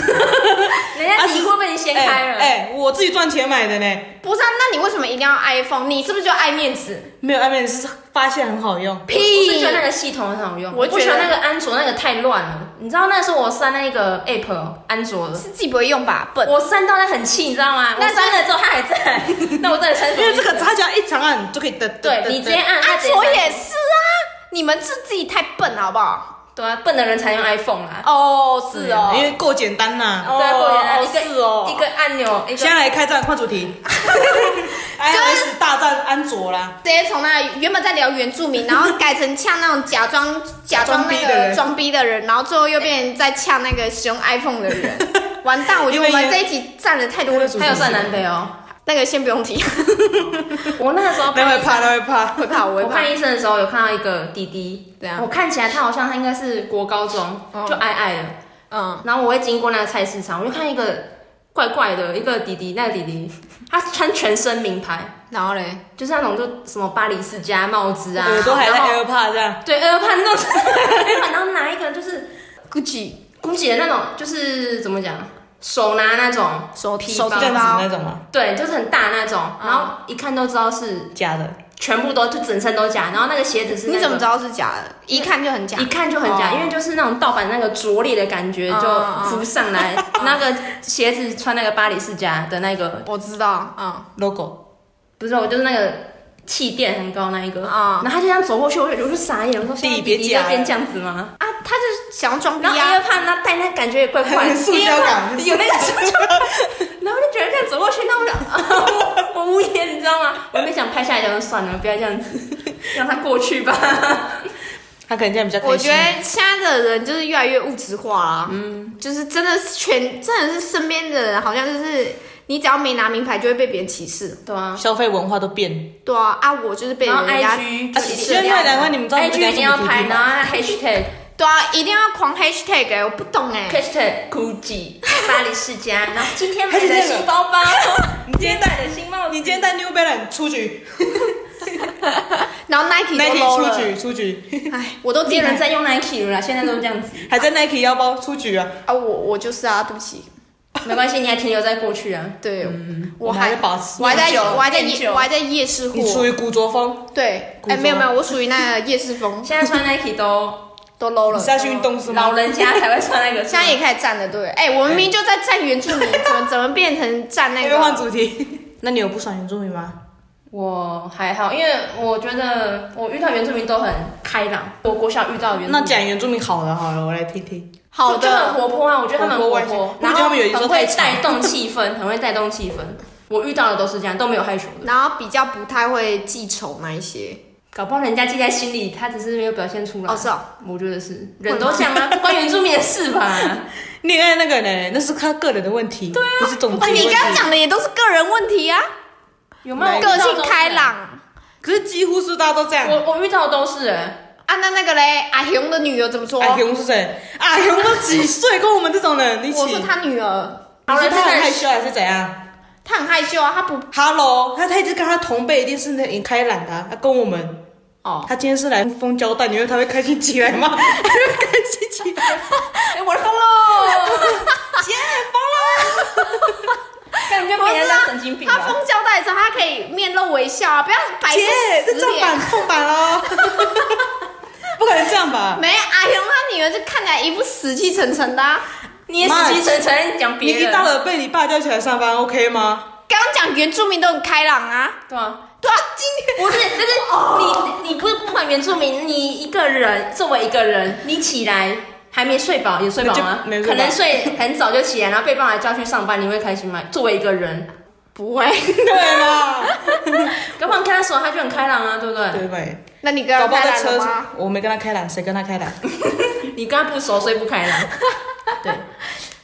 Speaker 3: 人家底锅被你掀开了。
Speaker 1: 哎、哎我自己赚钱买的呢，
Speaker 2: 不是啊，那你为什么一定要 iPhone？你是不是就爱面子？
Speaker 1: 没有 iPhone 是发现很好用，
Speaker 3: 我是觉得那个系统很好用，
Speaker 2: 我
Speaker 3: 我
Speaker 2: 觉得
Speaker 3: 不喜欢那个安卓那个太乱了。你知道那时候我删那个 app 哦安卓的，
Speaker 2: 是自己不会用吧？笨。
Speaker 3: 我删到那很气，你知道吗？我
Speaker 2: 那
Speaker 3: 删了之后它还在，那我到底删什
Speaker 1: 因
Speaker 3: 么意
Speaker 1: 为这
Speaker 3: 思？
Speaker 1: 个它只要一长按你就可以得，
Speaker 3: 啊对
Speaker 1: 得
Speaker 3: 你直接，按，它
Speaker 2: 安
Speaker 3: 直接
Speaker 2: 卓
Speaker 3: 删
Speaker 2: 啊也是啊，你们是自己太笨好不好？
Speaker 3: 对啊，笨的人才用 iPhone 啦。
Speaker 2: 哦，是哦
Speaker 1: 得因。为够简单呐、
Speaker 2: 哦
Speaker 3: 对啊，过年啊
Speaker 2: 哦
Speaker 3: 一个
Speaker 2: 是哦
Speaker 3: 一个按钮，一
Speaker 1: 现
Speaker 3: 个
Speaker 1: 在来开战，换主 题。iOS 哎大战安卓啦，
Speaker 2: 直接从那原本在聊原住民，然后改成呛那种 假装假装那
Speaker 1: 装逼的
Speaker 2: 个
Speaker 1: 人
Speaker 2: 装逼的人，然后最后又变成在呛那个使用 iPhone 的 人。完蛋！我觉得我
Speaker 1: 因为
Speaker 2: 们
Speaker 1: 也
Speaker 2: 这一集占了太多的主题。
Speaker 3: 还有算南北哦。
Speaker 2: 那个先不用提，
Speaker 3: 我那个时候
Speaker 1: 那会
Speaker 3: 看医
Speaker 1: 怕，
Speaker 3: 生，
Speaker 1: 那会怕。
Speaker 2: 会怕我会
Speaker 3: 我
Speaker 2: 怕
Speaker 3: 看。医生的时候有看到一个弟弟，哦
Speaker 2: 怎样
Speaker 3: 我看起来他好像他应该是国高中，就矮矮的。
Speaker 2: 嗯，
Speaker 3: 然后我会经过那个菜市场，我就看一个怪怪的一个弟弟，那个弟弟他穿全身名牌，
Speaker 2: 然后嘞，
Speaker 3: 就是那种就什么巴黎世家帽子啊，
Speaker 1: 耳朵还在
Speaker 3: 然后
Speaker 1: AirPod 这样，
Speaker 3: 对 AirPod 那种 AirPod，然后拿一个就是
Speaker 2: Gucci
Speaker 3: 鼓起的那种，就是怎么讲，手拿那种
Speaker 2: 手
Speaker 3: 提
Speaker 2: 手
Speaker 3: 包
Speaker 1: 这
Speaker 2: 提
Speaker 1: 样子
Speaker 2: 包
Speaker 1: 那，种吗？
Speaker 3: 对，就是很大那种，
Speaker 2: 嗯
Speaker 3: 然后一看都知道是
Speaker 1: 假的，
Speaker 3: 全部都就整身都假，然后那个鞋子是、
Speaker 2: 你怎么知
Speaker 3: 道？
Speaker 2: 道是假的？一看就很假
Speaker 3: 一。看就很假，
Speaker 2: 哦
Speaker 3: 因为就是那种盗版那个拙劣的感觉
Speaker 2: 嗯
Speaker 3: 就
Speaker 2: 嗯嗯
Speaker 3: 浮上来。那个鞋子穿那个巴黎世家的那个
Speaker 2: 我知道，嗯，
Speaker 1: logo，
Speaker 3: 不是，我就是那个气垫很高那一个
Speaker 2: 啊
Speaker 3: 然后他就这样走过去，我就我就傻眼，我说
Speaker 1: 弟
Speaker 3: 现在
Speaker 1: 别
Speaker 3: 弟
Speaker 1: 假
Speaker 3: 就变
Speaker 1: 了
Speaker 3: 这样子吗？
Speaker 2: 啊，他就是想要装逼
Speaker 3: 然后 a
Speaker 2: 啊
Speaker 3: i r，p o 那戴那感觉也怪怪的，
Speaker 1: 塑胶感
Speaker 3: AirPod 有那个塑胶感，然后我就觉得这样走过去，那我就、啊、 我我无言，你知道吗？我没想拍下来，想说算了，不要这样子，让他过去吧。
Speaker 1: 他可能这样比较开心。
Speaker 2: 我觉得现在的人就是越来越物质化啊，嗯，就是真的是全，真的是身边的人好像就是你只要没拿名牌就会被别人歧视，
Speaker 3: 对啊，
Speaker 1: 消费文化都变，
Speaker 2: 对啊，啊，我就是被
Speaker 3: 然后
Speaker 2: 人家
Speaker 1: 啊
Speaker 3: IG 就一定
Speaker 1: 现在难怪你们知道我
Speaker 3: IG
Speaker 1: 们在
Speaker 3: 一定要
Speaker 1: 讲什么主
Speaker 3: 拍，
Speaker 1: 题
Speaker 3: 然
Speaker 1: 吗
Speaker 3: 后它 hashtag
Speaker 2: 对啊，一定要狂 hashtag，、欸、我不懂哎、
Speaker 3: hashtag Gucci 巴黎世家，然后今天买
Speaker 1: hashtag
Speaker 3: 的新包包，
Speaker 1: 你今天戴，
Speaker 3: 的新帽子，
Speaker 1: 你今天戴 New Balance 出局
Speaker 2: 然后 Nike 都
Speaker 1: ，Nike
Speaker 2: low
Speaker 1: 出
Speaker 2: 了，
Speaker 1: 局出局，
Speaker 2: 哎，我都
Speaker 3: 没
Speaker 2: 自
Speaker 3: 有人
Speaker 2: 人在
Speaker 3: 在用 Nike 了啦，现在都这样子。
Speaker 1: 还在 Nike 腰包出局啊，
Speaker 2: 啊，我我就是啊，对不起，
Speaker 3: 没关系，你还停留在过去啊。
Speaker 2: 对，
Speaker 1: 我
Speaker 2: 我
Speaker 1: 们还
Speaker 2: 还
Speaker 1: 是保持
Speaker 2: 我还在
Speaker 3: 念旧
Speaker 2: 我还在
Speaker 3: 念
Speaker 2: 夜
Speaker 3: 旧
Speaker 2: 我还在夜市
Speaker 1: 你属
Speaker 2: 货，
Speaker 1: 于古着风，
Speaker 2: 对，
Speaker 1: 古
Speaker 2: 哎、
Speaker 1: 着
Speaker 2: 没有没有，我属于那个夜市风，
Speaker 3: 现在穿 Nike 都
Speaker 2: 都 low 了
Speaker 1: 你是。要去运动是吗
Speaker 3: 老？人家才会穿那个，
Speaker 2: 现在也开始站了，对不对？哎、我们明明就在站原住民，怎么怎 么变成站那
Speaker 1: 因哎为换
Speaker 2: 个？
Speaker 1: 主题，那你有不爽原住民吗？
Speaker 3: 我还好，因为我觉得我遇到原住民都很开朗。我国小遇到原住民，
Speaker 1: 那讲原住民好的好了，我来听听。
Speaker 2: 好
Speaker 3: 就很
Speaker 2: 的，
Speaker 3: 活泼啊，我觉得他们很活
Speaker 1: 活泼
Speaker 3: 泼
Speaker 1: 外，向我
Speaker 3: 然
Speaker 1: 觉得他
Speaker 3: 后
Speaker 1: 们有些时候
Speaker 3: 很
Speaker 1: 太
Speaker 3: 会
Speaker 1: 吵
Speaker 3: 带动气氛， 很会带动气氛。我遇到的都是这样，都没有害羞的。
Speaker 2: 然后比较不太会记仇那一些。
Speaker 3: 搞不好人家记在心里，他只是没有表现出来。
Speaker 2: 哦，是哦，
Speaker 3: 我觉得是，人都这样啊，不关原住民的事吧？
Speaker 1: 恋爱那个呢，那是他个人的问题，对啊，不是总结
Speaker 2: 啊
Speaker 1: 问题。
Speaker 2: 你刚刚讲的也都是个人问题啊，
Speaker 3: 有没有
Speaker 2: 个性开？朗。
Speaker 1: 可是几乎是大家都这样，
Speaker 3: 我我遇到的都是、欸，
Speaker 2: 啊，那那个嘞，阿雄的女儿怎么说？
Speaker 1: 阿雄是谁？阿雄都几岁，跟我们这种人一起？
Speaker 2: 我说他女儿，
Speaker 1: 你
Speaker 2: 好
Speaker 1: 说
Speaker 2: 了，
Speaker 1: 他很害
Speaker 2: 这个
Speaker 1: 羞还是怎样？
Speaker 2: 他很害羞啊，他 不
Speaker 1: Hello，他他一直跟他同辈，一定是那很开朗的啊、他跟我们，
Speaker 2: 哦，
Speaker 1: 他今天是来封胶带，你觉得他会开心起来吗？他 会开心起来，
Speaker 3: 哎，我的疯喽！
Speaker 1: 姐疯了！
Speaker 3: 感觉别 人当神
Speaker 1: 啊
Speaker 3: 经病啊
Speaker 2: 他
Speaker 3: 了。
Speaker 2: 封胶带的时候，他可以面露微笑啊，不要摆一
Speaker 1: 姐
Speaker 2: 个，
Speaker 1: 这
Speaker 2: 死
Speaker 1: 正版
Speaker 2: 脸。
Speaker 1: 碰版哦， 不可能这样吧？
Speaker 2: 没阿雄他女儿就看起来一副死气沉沉的、啊。
Speaker 3: 你也死气沉沉讲
Speaker 1: 你
Speaker 3: 别
Speaker 1: 一
Speaker 3: 人，
Speaker 1: 到了被你爸叫起来上班，OK 吗？
Speaker 2: 刚刚讲原住民都很开朗啊，
Speaker 3: 对啊，
Speaker 2: 对啊，今天
Speaker 3: 不是，但是你你不不管原住民，你一个人作为一个人，你起来还没睡饱，有睡饱吗？
Speaker 1: 那就没睡饱
Speaker 3: 可能睡很早就起来，然后被爸爸叫去上班，你会开心吗？作为一个人，
Speaker 2: 不会。
Speaker 1: 对啦，
Speaker 3: 搞不好跟他熟，他就很开朗啊，对不对？
Speaker 1: 对呗。
Speaker 2: 那你跟
Speaker 1: 搞
Speaker 2: 他
Speaker 1: 不好
Speaker 2: 开
Speaker 1: 在
Speaker 2: 朗
Speaker 1: 车
Speaker 2: 了
Speaker 1: 上
Speaker 2: 吗？，
Speaker 1: 我没跟他开朗，谁跟他开朗？
Speaker 3: 你跟他不熟，所以不开朗。对，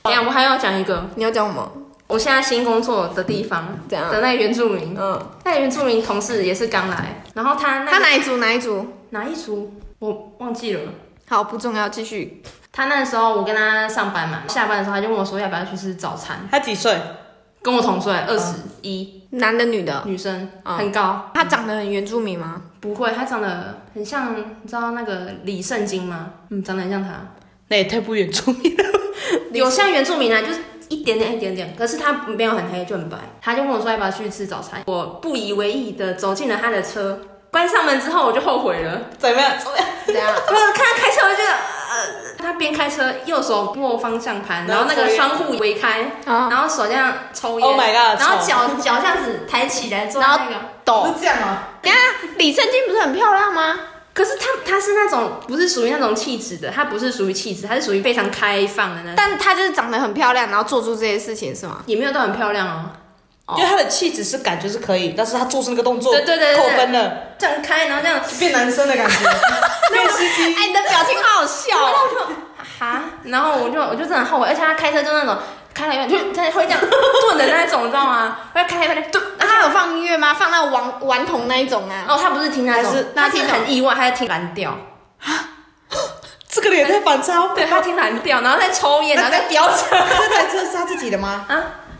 Speaker 3: 等一下我还要讲一个，
Speaker 2: 你要讲什么？
Speaker 3: 我现在新工作的地方
Speaker 2: 怎样
Speaker 3: 的那个原住民，
Speaker 2: 嗯，
Speaker 3: 那个原住民同事也是刚来，然后他那
Speaker 2: 他哪一组哪一组？
Speaker 3: 哪一组我忘记了。
Speaker 2: 好，不重要，继续。
Speaker 3: 他那时候我跟他上班嘛，下班的时候他就问我说要不要去吃早餐，
Speaker 1: 他几岁？
Speaker 3: 跟我同岁，二十一，
Speaker 2: 男的女的？
Speaker 3: 女生，
Speaker 2: 嗯
Speaker 3: 很高，
Speaker 2: 他长得很原住民吗？
Speaker 3: 不会，他长得很像，你知道那个李圣经吗？嗯，长得很 像他，
Speaker 1: 那也太不原住民了。
Speaker 3: 有像原住民啊，就是一点点一点点，可是他没有很黑，就很白。他就问我说要不要去吃早餐，我不以为意的走进了他的车，关上门之后我就后悔了。
Speaker 1: 怎么样？怎么样？
Speaker 2: 怎样？
Speaker 3: 我看他开车，我就觉得呃，他边开车右手握方向盘，然后那个窗户围开，
Speaker 2: 啊
Speaker 3: 然后手这样抽烟
Speaker 1: Oh my god，
Speaker 3: 然后
Speaker 1: 抽
Speaker 3: 脚 脚这样子抬起来做
Speaker 2: 然后
Speaker 3: 那个。
Speaker 2: 抖。
Speaker 1: 这样啊？
Speaker 2: 等一下，李圣经不是很漂亮吗？
Speaker 3: 可是他他是那种不是属于那种气质的，他不是属于气质，他是属于非常开放的那种，
Speaker 2: 但她就是长得很漂亮，然后做出这些事情是吗？
Speaker 3: 也没有到很漂亮哦。
Speaker 1: 因为他的气质是感就是可以，但是他做出那个动作，
Speaker 3: 对对对对
Speaker 1: 扣分了。
Speaker 3: 这样开，然后这样，
Speaker 1: 变男生的感 觉，变司 机。
Speaker 2: 哎，你的表情好好笑
Speaker 3: 然后
Speaker 2: 哦。
Speaker 3: 我就 哈，然后我就我就真的很后悔，而且他开车就那种开了一半就真的会这样顿的那种，你知道吗？会开了一半就顿。
Speaker 2: 那他有放音乐吗？放那顽顽童那一种啊？
Speaker 3: 哦，他不是听那
Speaker 1: 还
Speaker 3: 种
Speaker 1: 是，
Speaker 3: 他听很意外，他在听蓝调，
Speaker 1: 这个脸太反差。
Speaker 3: 对他听蓝调，然后在抽
Speaker 1: 哎
Speaker 3: 烟，然后在飙车。
Speaker 1: 这台车是他自己的吗？
Speaker 3: 啊！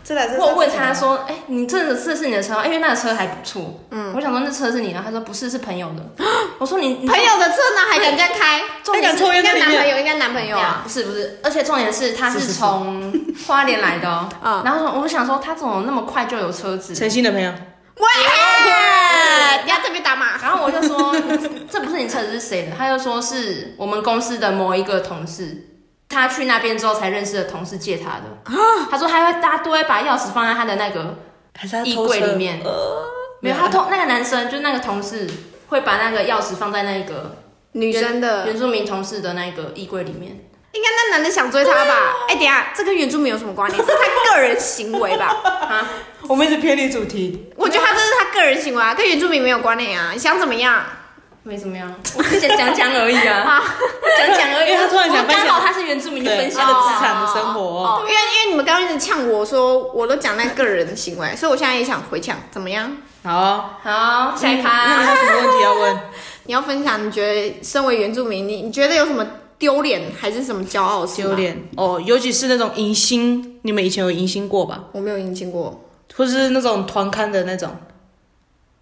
Speaker 1: 这台车是他自己的吗
Speaker 3: 我问他说：“哎、你这个这是你的车吗？因为那个车还不错。”嗯，我想说那车是你的，他说不是，是朋友的。我说你
Speaker 2: 朋友的车呢还敢这样开？
Speaker 1: 还敢抽
Speaker 2: 应
Speaker 1: 烟在里
Speaker 2: 该男朋
Speaker 1: 面？
Speaker 2: 友，应该男朋友啊。
Speaker 3: 不是不是，而且重点是他
Speaker 1: 是
Speaker 3: 是
Speaker 1: 是是
Speaker 3: 从花莲来的 哦。
Speaker 2: 嗯
Speaker 3: 然后我想说他怎么那么快就有车子？
Speaker 1: 诚心的朋友，
Speaker 2: 喂，你要这边打码。
Speaker 3: 然后我就说这不是你车子是谁的？他就说是我们公司的某一个同事，他去那边之后才认识的同事借他的。他说他会大家都会把钥匙放在他的那个
Speaker 1: 还是他
Speaker 3: 衣
Speaker 1: 偷车
Speaker 3: 柜里？面，没有他同那个男生就是那个同事会把那个钥匙放在那个
Speaker 2: 女生的，
Speaker 3: 原住民同事的那个衣柜里面。
Speaker 2: 应该那男的想追她吧？哎，等一下，这跟原住民有什么关联？这是他个人行为吧？
Speaker 3: 啊，
Speaker 1: 我们一直偏离主题，
Speaker 2: 我觉得他这是他个人行为啊，跟原住民没有关联啊。你想怎么 样？
Speaker 3: 没怎么样，我就想讲讲而已啊，
Speaker 2: 啊，
Speaker 3: 讲讲而已。
Speaker 1: 因为他突然想分
Speaker 3: 我
Speaker 1: 享
Speaker 3: 刚好他是原住民，就分
Speaker 1: 对
Speaker 3: 享
Speaker 1: 他的职场的生活。
Speaker 2: 哦，因为因为你们刚刚一直呛我说我都讲那个人行为，所以我现在也想回呛，怎么样？
Speaker 1: 好哦，
Speaker 3: 好，下一
Speaker 1: 那你
Speaker 3: 趴。
Speaker 1: 还有什么问题要问？
Speaker 2: 你要分享，你觉得身为原住民，你你觉得有什么丢脸还是什么骄 傲？
Speaker 1: 丢，脸哦，尤其是那种迎新，你们以前有迎新过吧？
Speaker 2: 我没有引进过。
Speaker 1: 或是那种团刊的那种，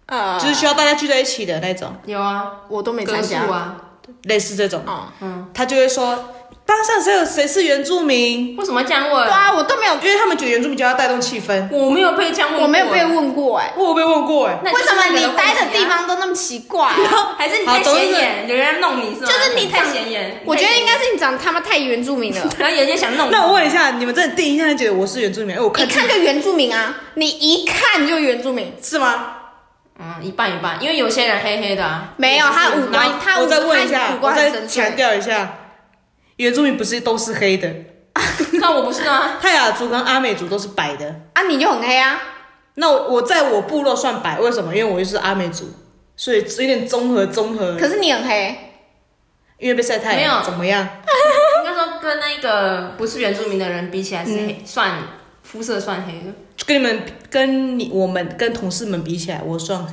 Speaker 2: 呃
Speaker 1: 就是需要大家聚在一起的那种，
Speaker 3: 有啊，嗯
Speaker 2: 我都没
Speaker 3: 格
Speaker 2: 参
Speaker 3: 数
Speaker 2: 加。
Speaker 3: 啊，
Speaker 1: 类似这种，
Speaker 2: 哦，
Speaker 1: 他就会说班上谁有谁是原住民，
Speaker 3: 为什么要这样问
Speaker 2: 对？啊，我都没有，
Speaker 1: 因为他们觉得原住民就要带动气氛。
Speaker 3: 我没有被这样问过，
Speaker 2: 我没有被问过哎、
Speaker 1: 我有被问过哎、
Speaker 3: 那就
Speaker 2: 为
Speaker 3: 是
Speaker 2: 什么
Speaker 3: 那个
Speaker 2: 你
Speaker 3: 问题啊
Speaker 2: 待的地？方都那么奇怪、
Speaker 3: 还是你
Speaker 1: 好
Speaker 3: 太
Speaker 1: 总之
Speaker 3: 显眼，有人要弄你是吗？
Speaker 2: 就是你
Speaker 3: 太
Speaker 2: 长
Speaker 3: 显眼，
Speaker 2: 我觉得应
Speaker 3: 该，
Speaker 2: 该是你长得他妈太原住 民了。
Speaker 3: 然后有人想弄你。
Speaker 1: 那我问一下，你们真的第一印象觉得我是原住民？哎、我
Speaker 2: 一
Speaker 1: 看
Speaker 2: 看就原住民啊，你一看就原住民。
Speaker 1: 是吗？
Speaker 3: 嗯，一半一半，因为有些人黑黑的 啊，
Speaker 2: 没有，他五
Speaker 1: 然
Speaker 2: 官，
Speaker 1: 后
Speaker 2: 他
Speaker 1: 我
Speaker 2: 五
Speaker 1: 再问一下
Speaker 2: 他，五
Speaker 1: 我
Speaker 2: 官
Speaker 1: 再
Speaker 2: 很深
Speaker 1: 强
Speaker 2: 邃。
Speaker 1: 调一下，原住民不是都是黑的，
Speaker 3: 那我不是啊，
Speaker 1: 泰雅族跟阿美族都是白的。
Speaker 2: 啊，你就很黑啊。
Speaker 1: 那我我在我部落算白，为什么？因为我就是阿美族，所以有点综合综合。
Speaker 2: 可是你很黑，
Speaker 1: 因为被晒太
Speaker 3: 没
Speaker 1: 阳，
Speaker 3: 有
Speaker 1: 怎么样？
Speaker 3: 应该说跟那个不是原住民的人比起来是黑，算肤色算黑的。
Speaker 1: 就跟你们跟你我们跟同事们比起来，我算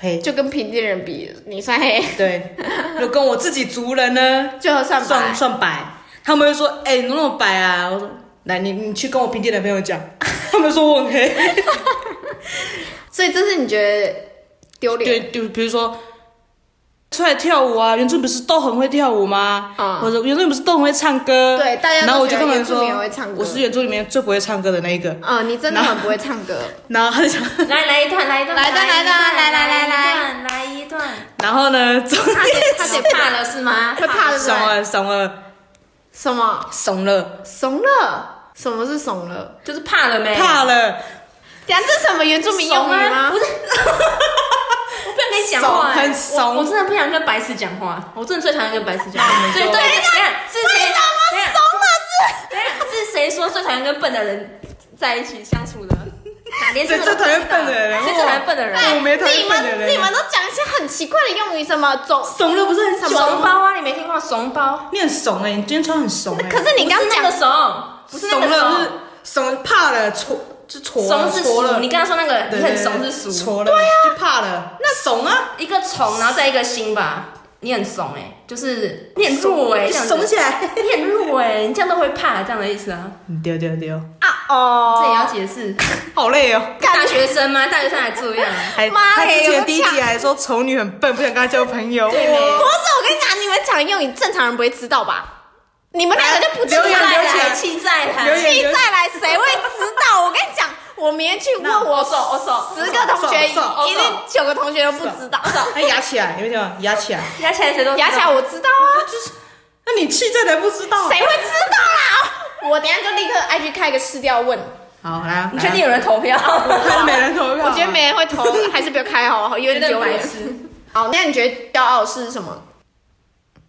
Speaker 1: 黑，
Speaker 2: 就跟平地人比，你算黑，
Speaker 1: 对，如果跟我自己族人呢，
Speaker 2: 就算白
Speaker 1: 算。算白，他们会说，哎、你怎么那么白啊？我说，来，你你去跟我平地的朋友讲， 他们说我很黑。
Speaker 2: 所以这是你觉得丢脸？
Speaker 1: 对，就比如说出来跳舞啊，原住民不是都很会跳舞吗？
Speaker 2: 嗯
Speaker 1: 或者原住民不是都很会唱歌？
Speaker 2: 对大家都
Speaker 1: 然后我
Speaker 2: 觉
Speaker 1: 就
Speaker 2: 得
Speaker 1: 跟他
Speaker 2: 原
Speaker 1: 们
Speaker 2: 住
Speaker 1: 说
Speaker 2: 民也会唱歌，
Speaker 1: 我是原住民里面最不会唱歌的那一个。
Speaker 2: 嗯，你真的很不会唱歌。
Speaker 1: 然后他就想，
Speaker 3: 来来一段，来一段，
Speaker 2: 来一段来一段来来来
Speaker 3: 来，来一段。
Speaker 1: 然后呢，总
Speaker 3: 他得他得 怕了是吗？
Speaker 2: 会怕的
Speaker 3: 是
Speaker 1: 怂了，怂了，
Speaker 2: 什么？
Speaker 1: 怂了，
Speaker 2: 怂了？什么是怂了？
Speaker 3: 就是怕了没？
Speaker 1: 怕了，
Speaker 2: 呀，这是什么原住民用
Speaker 3: 怂
Speaker 2: 语
Speaker 3: 啊！
Speaker 2: 吗
Speaker 3: 不？是，我不想跟你讲
Speaker 1: 怂
Speaker 3: 话、
Speaker 1: 很
Speaker 3: 我
Speaker 1: 怂
Speaker 3: 我真的不想跟白痴讲话，我真的最讨厌跟白痴讲话。对对，等一下是谁？等一下等一下 是谁说最讨厌跟笨的人在一起相处的？哪连这
Speaker 1: 谁
Speaker 3: 个
Speaker 1: 最
Speaker 3: 都不
Speaker 1: 讨
Speaker 3: 知道
Speaker 1: 厌笨的人？
Speaker 3: 谁最讨厌笨的
Speaker 2: 哎
Speaker 3: 人？
Speaker 1: 哇我没讨
Speaker 2: 你
Speaker 1: 厌笨的
Speaker 2: 们
Speaker 1: 人。
Speaker 2: 你们都讲一些很奇怪的用语，什么走？
Speaker 1: 怂了不是很
Speaker 3: 怂
Speaker 1: 怂吗？
Speaker 3: 包啊！你没听过怂包？
Speaker 1: 你很怂哎、你今天穿很怂哎、
Speaker 2: 可是你刚
Speaker 3: 不是
Speaker 2: 讲
Speaker 3: 那个怂，不是那
Speaker 1: 怂
Speaker 3: 个
Speaker 1: 了，
Speaker 3: 怂
Speaker 1: 是。怂怕了，挫就挫
Speaker 3: 怂是
Speaker 1: 挫
Speaker 3: 熟，
Speaker 1: 了。
Speaker 3: 你刚刚说那个
Speaker 1: 对
Speaker 3: 你
Speaker 1: 对
Speaker 3: 很
Speaker 1: 对
Speaker 3: 怂是啊熟，
Speaker 1: 挫了，对呀、就怕了，那怂啊，
Speaker 3: 一个虫，然后再一个心吧。你很怂哎、就是你很弱哎、欸，这样子
Speaker 1: 怂起来。嗯
Speaker 3: 你很弱哎、你这样都会怕，这样的意思啊？
Speaker 1: 丢丢丢，
Speaker 2: 啊
Speaker 3: 这也要
Speaker 2: 哦，
Speaker 3: 解释？
Speaker 1: 好累哦。
Speaker 3: 大学生吗？大学生还这 样？
Speaker 1: 还
Speaker 2: 妈
Speaker 1: 他
Speaker 2: 嘞
Speaker 1: 之
Speaker 2: 有
Speaker 1: 前第一
Speaker 2: 呛
Speaker 1: 集还说丑女很笨，不想跟她交朋友。
Speaker 3: 对
Speaker 2: 不
Speaker 3: 没？
Speaker 2: 是，我跟你讲，你们讲的用语正常人不会知道吧？你们两个就不知道
Speaker 1: 留言
Speaker 2: 了
Speaker 1: 留言
Speaker 3: 气在啊
Speaker 1: 留
Speaker 3: 谈
Speaker 1: 言
Speaker 2: 气再来，谁会知道？我跟你讲，我明天去问
Speaker 1: 那
Speaker 2: 我
Speaker 3: 我手我手
Speaker 2: 十个同学，
Speaker 1: 手手手
Speaker 2: 一定九个同学都不知道。
Speaker 1: 他哎压起来，有没有听到？压起来。
Speaker 3: 压起来谁都
Speaker 2: 牙起来我知道啊，
Speaker 1: 那你气在哪不知道？
Speaker 2: 谁会知道啊啦？我等一下就立刻 IG 开个试调问，
Speaker 1: 好，来啊，
Speaker 3: 你确定有人 投票？
Speaker 1: 看每人投票？
Speaker 2: 我觉得没人会 投，还是不要开好了，有
Speaker 3: 有
Speaker 2: 点
Speaker 3: 点
Speaker 2: 丢
Speaker 3: 白
Speaker 2: 脸。
Speaker 3: 痴。
Speaker 2: 好，那你觉得骄傲是什么？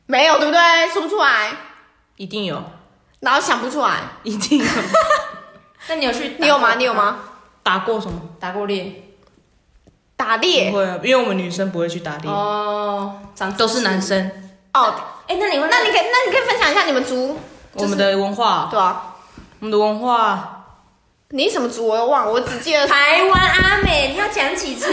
Speaker 2: 没有，对不对？说不出来，
Speaker 1: 一定有，
Speaker 2: 然后想不出来，
Speaker 1: 一定有。
Speaker 3: 那你有去？
Speaker 2: 你有吗？你有？吗？
Speaker 1: 打过什么？
Speaker 3: 打过猎？
Speaker 2: 打
Speaker 1: 不
Speaker 2: 猎
Speaker 1: 会啊，因为我们女生不会去打
Speaker 2: 嗯
Speaker 1: 猎，
Speaker 3: 哦，长
Speaker 1: 都是男。生。
Speaker 2: 哦，
Speaker 3: 哎，那你会？
Speaker 2: 那你可以，那你可以分享一下你们族，
Speaker 1: 我们的文化，
Speaker 2: 对啊，
Speaker 1: 我们的文化，
Speaker 2: 你什么族我都忘了，我只记得
Speaker 3: 台湾阿美，你要讲几 次？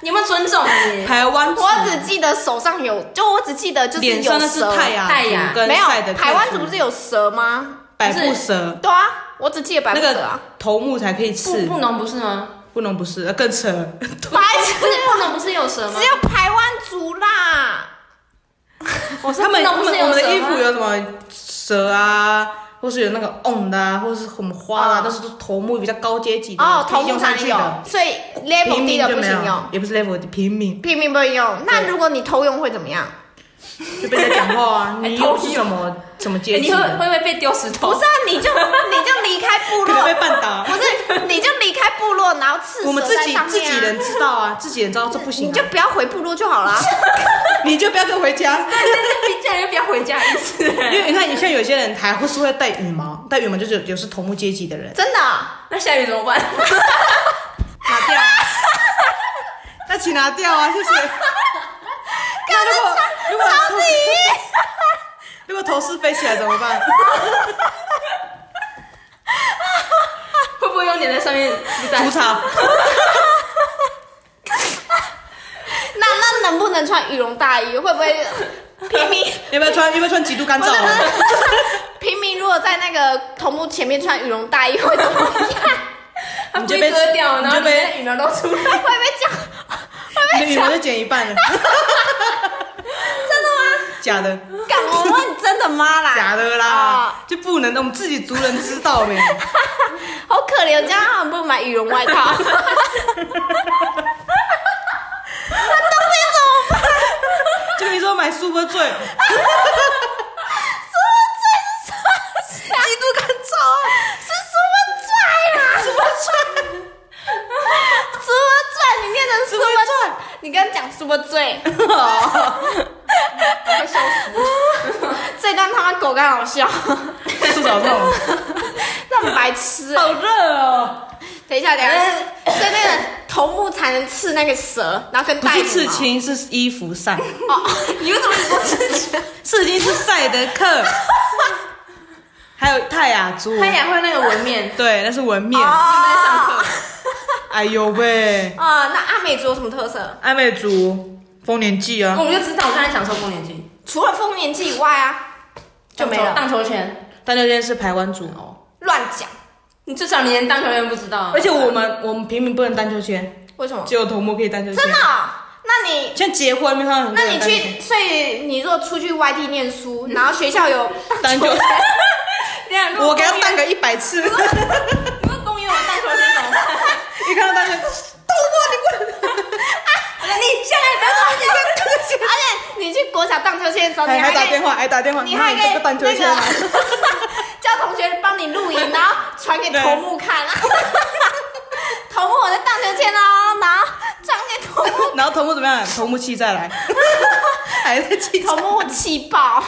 Speaker 3: 你有没有尊重你？
Speaker 1: 台湾族，
Speaker 2: 我只记得手上有，就我只记得就是
Speaker 1: 脸上
Speaker 2: 有
Speaker 1: 的是
Speaker 2: 蛇，
Speaker 1: 泰雅
Speaker 3: 泰雅
Speaker 1: 族跟
Speaker 2: 没
Speaker 1: 赛德
Speaker 2: 有
Speaker 1: 克
Speaker 2: 台湾
Speaker 1: 族
Speaker 2: 族不是有蛇吗？
Speaker 1: 百
Speaker 3: 不
Speaker 1: 步
Speaker 3: 是
Speaker 1: 蛇？
Speaker 2: 对啊，我只记得白
Speaker 1: 那
Speaker 2: 木蛇啊
Speaker 1: 个，头目才可以
Speaker 3: 不
Speaker 1: 吃，
Speaker 3: 不能不是吗？
Speaker 1: 不能不是，呃更扯。
Speaker 2: 白
Speaker 3: 不是不能不是有蛇吗
Speaker 2: 只？有台湾族啦，哦
Speaker 3: 我说
Speaker 1: 他们
Speaker 3: 不能
Speaker 1: 他
Speaker 3: 不是
Speaker 1: 们我
Speaker 3: 有
Speaker 1: 们的衣
Speaker 3: 蛇吗
Speaker 1: 服有什么蛇啊，或是有那个嗡的啊，或是什么花的啊，
Speaker 2: 哦
Speaker 1: 都是头目比较高阶级的，
Speaker 2: 哦，
Speaker 1: 可以
Speaker 2: 头目
Speaker 1: 用
Speaker 2: 才
Speaker 1: 上去
Speaker 2: 有
Speaker 1: 的，，
Speaker 2: 所以 level
Speaker 1: 平
Speaker 2: 低
Speaker 1: 民
Speaker 2: 的
Speaker 1: 就
Speaker 2: 不
Speaker 1: 没
Speaker 2: 行
Speaker 1: 有
Speaker 2: 用，，
Speaker 1: 也不是 level 低平民
Speaker 2: 平民不能用。那如果你偷用会怎么样？
Speaker 1: 就被人家讲话 啊，
Speaker 2: 哎
Speaker 1: 你
Speaker 3: 头
Speaker 1: 又不是什么什么
Speaker 3: 欸
Speaker 1: 阶级
Speaker 3: 你会会
Speaker 1: 的，
Speaker 3: 不会被丢石
Speaker 2: 不
Speaker 3: 头？
Speaker 2: 是啊，你就你就离开部
Speaker 1: 可能被
Speaker 2: 落，
Speaker 1: 绊倒
Speaker 2: 不。是你就离开部落，然后刺
Speaker 1: 我们
Speaker 2: 蛇
Speaker 1: 自
Speaker 2: 在
Speaker 1: 己
Speaker 2: 上
Speaker 1: 自己
Speaker 2: 面
Speaker 1: 人
Speaker 2: 啊，
Speaker 1: 知道 啊，自己人知道这不行
Speaker 2: 你
Speaker 1: 啊，
Speaker 2: 就不要回部落就好啦。
Speaker 1: 你就不要跟回家，
Speaker 3: 竟然又不要回家一次，
Speaker 1: 因 为你看，你像有些人还会是会戴羽毛，戴羽毛就是有有是头目阶级的人，
Speaker 2: 真的啊。
Speaker 3: 那下雨怎 么办？
Speaker 1: 拿掉啊， 那请拿掉啊， 谢谢。那如果如果超级，如果头饰飞起来怎么 办？
Speaker 3: 会不会用粘在上面？不
Speaker 1: 吐
Speaker 3: 在
Speaker 1: 槽，
Speaker 2: 那那能不能穿羽绒大衣？会不会平民
Speaker 1: 要不要穿？要不要穿几度干燥啊？
Speaker 2: 平民如果在那个头目前面穿羽绒大衣会怎么样？
Speaker 3: 它
Speaker 1: 你
Speaker 3: 不
Speaker 1: 就
Speaker 3: 会
Speaker 1: 被
Speaker 3: 割掉，然后
Speaker 1: 你就被
Speaker 3: 里面的羽毛 都出来。
Speaker 2: 会被讲？
Speaker 1: 你的羽毛就剪一半 了。真的吗？假的，
Speaker 2: 干我问真的妈啦？
Speaker 1: 假的
Speaker 2: 啊
Speaker 1: 啦，就不能我们自己族人知道呗。
Speaker 2: 哦好可怜，这样他们不买羽绒外套。那冬天怎么办？
Speaker 1: 就跟你说买 Super 醉，
Speaker 2: 极度干燥啊！是什么拽啦？什么拽？什么拽？你念成什么拽？你跟他讲什么拽？
Speaker 3: 快笑死！
Speaker 2: 这段他妈狗干好笑，
Speaker 1: 吐槽痛，
Speaker 2: 那么白痴、啊。
Speaker 1: 好热哦。
Speaker 2: 等一下，等一下，所以那个头目才能刺那个蛇，然后跟
Speaker 1: 不
Speaker 2: 戴
Speaker 1: 是
Speaker 2: 羽
Speaker 1: 刺
Speaker 2: 毛
Speaker 1: 青，是衣服上。
Speaker 2: 哦，你为什么说刺青？
Speaker 1: 刺青是赛德克，还有泰雅族，
Speaker 3: 他也会那个纹面，
Speaker 1: 对，那是纹面。
Speaker 3: 在 上
Speaker 2: 哦，
Speaker 3: 课。
Speaker 1: 哎呦喂，
Speaker 2: 啊、那阿美族有什么特色？
Speaker 1: 暧昧族丰年祭啊，
Speaker 2: 哦
Speaker 3: 我们就知道我刚才讲说丰年祭
Speaker 2: 除了丰年祭以外啊，就没了。
Speaker 3: 荡秋千
Speaker 1: 但那边是排湾族，
Speaker 3: 哦，
Speaker 2: 乱讲，
Speaker 3: 你至少你连荡秋千不知道，
Speaker 1: 而且我们我们平民不能单秋千，
Speaker 2: 为什么？
Speaker 1: 只有头目可以单秋千。
Speaker 2: 真的哦、那你
Speaker 1: 像结婚，没看到很多
Speaker 2: 那
Speaker 1: 人
Speaker 2: 你
Speaker 1: 单秋千
Speaker 2: 去，所以你如果出去外地念书，然后学校有
Speaker 1: 单 秋千，我给他当个一百次，一
Speaker 3: 如果公园有荡秋千怎么办？
Speaker 1: 看到单秋千，
Speaker 2: 你现在不要荡秋千，而且你去国小荡秋千的时候，你
Speaker 1: 还还打
Speaker 2: 可以
Speaker 1: 电话，还打电话，
Speaker 2: 你
Speaker 1: 妈
Speaker 2: 还
Speaker 1: 你这
Speaker 2: 可
Speaker 1: 个
Speaker 2: 以
Speaker 1: 单秋
Speaker 2: 那
Speaker 1: 千啊，
Speaker 2: 个叫同学帮你录影，然后传给头目看。 头目，我在荡秋千哦，然后传给头目，
Speaker 1: 然后头目怎么样？头目气 再来，还在气
Speaker 2: 头目气爆，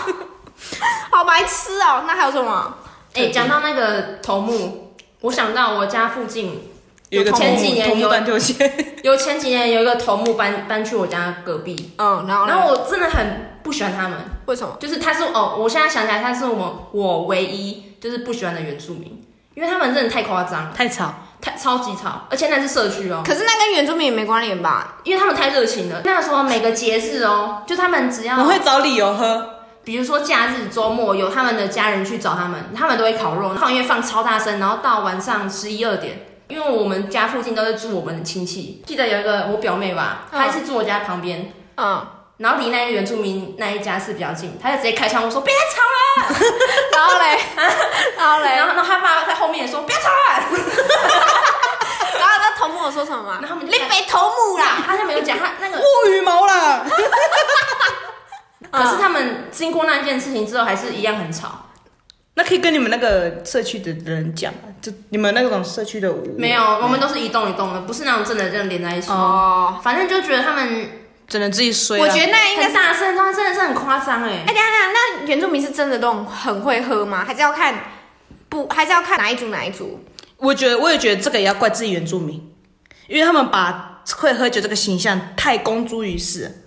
Speaker 2: 好白痴哦。那还有什么？
Speaker 3: 哎，讲到那个头目，我想到我家附近
Speaker 1: 有一个头
Speaker 3: 前几
Speaker 1: 目，
Speaker 3: 年
Speaker 1: 头目
Speaker 3: 有
Speaker 1: 单秋千，
Speaker 3: 有前几年有一个头目搬搬去我家隔壁，
Speaker 2: 嗯，然后
Speaker 3: 然
Speaker 2: 然后
Speaker 3: 后我真的很不喜欢他们，
Speaker 2: 为什么？
Speaker 3: 就是他是哦，我现在想起来他是我我唯一就是不喜欢的原住民，因为他们真的太夸张了，
Speaker 1: 太吵，
Speaker 3: 太超级吵，而且那是社区哦，
Speaker 2: 可是那跟原住民也没关联吧？
Speaker 3: 因为他们太热情了。那个时候每个节日哦，就他们只
Speaker 1: 我
Speaker 3: 要
Speaker 1: 会找理由喝，
Speaker 3: 比如说假日、周末有他们的家人去找他们，他们都会烤肉，放音乐放超大声，然后到晚上十一二点。因为我们家附近都是住我们的亲戚，记得有一个我表妹吧，
Speaker 2: 嗯
Speaker 3: 她是住我家旁边，
Speaker 2: 嗯，
Speaker 3: 然后离那个原住民那一家是比较近，她就直接开枪我说别吵了，
Speaker 2: 然后嘞， 然后嘞，
Speaker 3: 然后然后她爸在后面也说别吵了，
Speaker 2: 然后那头目有说什么吗？
Speaker 3: 然后他们就
Speaker 2: 林北头目啦，
Speaker 3: 她就没有讲她那个，
Speaker 1: 不羽毛啦，
Speaker 2: 嗯
Speaker 3: 可是他们经过那件事情之后还是一样很吵，
Speaker 1: 那可以跟你们那个社区的人讲，就你们那种社区的舞
Speaker 3: 没有，我们都是一栋一栋的，不是那种真的这样连在一起，
Speaker 2: 嗯哦，
Speaker 3: 反正就觉得他们
Speaker 1: 只能自己睡啦。
Speaker 2: 我觉得那应该
Speaker 3: 很
Speaker 2: 是。
Speaker 3: 大声，然后真的是很夸张哎
Speaker 2: 哎、，等一下等一下，那原住民是真的都很很会喝吗？还是要看不？还是要看哪一组哪一组？
Speaker 1: 我觉得，我也觉得这个也要怪自己原住民，因为他们把会喝酒这个形象太公诸于世，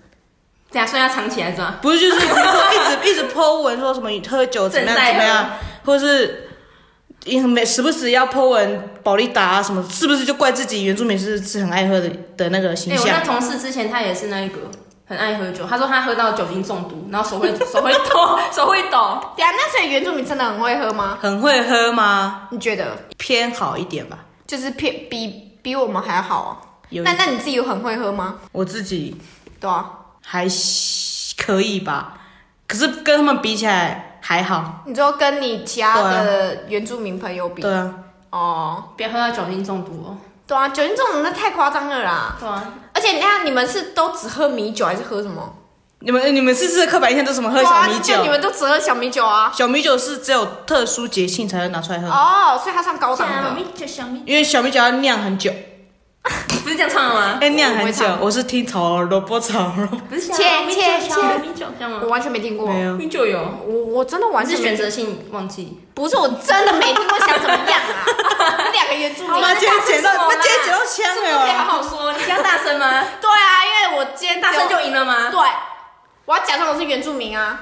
Speaker 3: 对啊，所以要藏起来是吧？
Speaker 1: 不是 就是比如说一直一直剖文说什么你喝酒怎么样
Speaker 3: 正在喝
Speaker 1: 怎么样，或者是也很没时不时要剖文保利达啊什么，是不是就怪自己原住民是是很爱喝的的那个形
Speaker 3: 哎、我
Speaker 1: 象？
Speaker 3: 那同事之前他也是那一个很爱喝酒，他说他喝到酒精中毒，然后手会 手会抖，手会抖。
Speaker 2: 对啊，那所以原住民真的很会喝吗？
Speaker 1: 很会喝吗？
Speaker 2: 你觉得
Speaker 1: 偏好一点吧。
Speaker 2: 就是偏比比我们还好啊？
Speaker 1: 有一
Speaker 2: 那那你自己有很会喝吗？
Speaker 1: 我自己
Speaker 2: 对啊，
Speaker 1: 还可以吧，可是跟他们比起来还好。
Speaker 2: 你就跟你其他的原住民朋友比、
Speaker 1: 对啊，
Speaker 2: 哦。
Speaker 3: 别喝到酒精中毒哦。
Speaker 2: 对啊，酒精中毒那太夸张了啦！
Speaker 3: 对啊，
Speaker 2: 而且你看，你们是都只喝米酒还是喝什么？
Speaker 1: 你们你们试试刻板印象都什么喝
Speaker 2: 对
Speaker 1: 小
Speaker 2: 啊
Speaker 1: 米酒？
Speaker 2: 就你们都只喝小米酒啊？
Speaker 1: 小米酒是只有特殊节庆才能拿出来喝，
Speaker 2: 哦，所以它算高档
Speaker 3: 小
Speaker 2: 的。
Speaker 3: 咪就小咪，
Speaker 1: 因为小米酒要酿很久。
Speaker 3: 不是这样唱的吗？
Speaker 1: 哎，酿很久
Speaker 2: 哦我不会，
Speaker 1: 我是听炒萝卜炒萝 卜，
Speaker 3: 不是
Speaker 2: 切切切
Speaker 3: 咪酒这样
Speaker 2: 我？完全没听过，
Speaker 1: 没有
Speaker 3: 咪酒有，
Speaker 2: 我我真的完
Speaker 3: 还
Speaker 2: 全
Speaker 3: 是
Speaker 2: 没听
Speaker 3: 选择性忘记？
Speaker 2: 不是，我真的没听过，想怎么样啊？ 你两个原住民，
Speaker 1: 好吧
Speaker 2: 对
Speaker 1: 今天捡到
Speaker 3: 那
Speaker 1: 那今天捡到枪
Speaker 3: 没
Speaker 1: 了
Speaker 3: 有？可以哎好好说，你这样大声吗？
Speaker 2: 啊，因为我今天
Speaker 3: 大声就赢了吗？
Speaker 2: 对，我要假装我是原住民啊，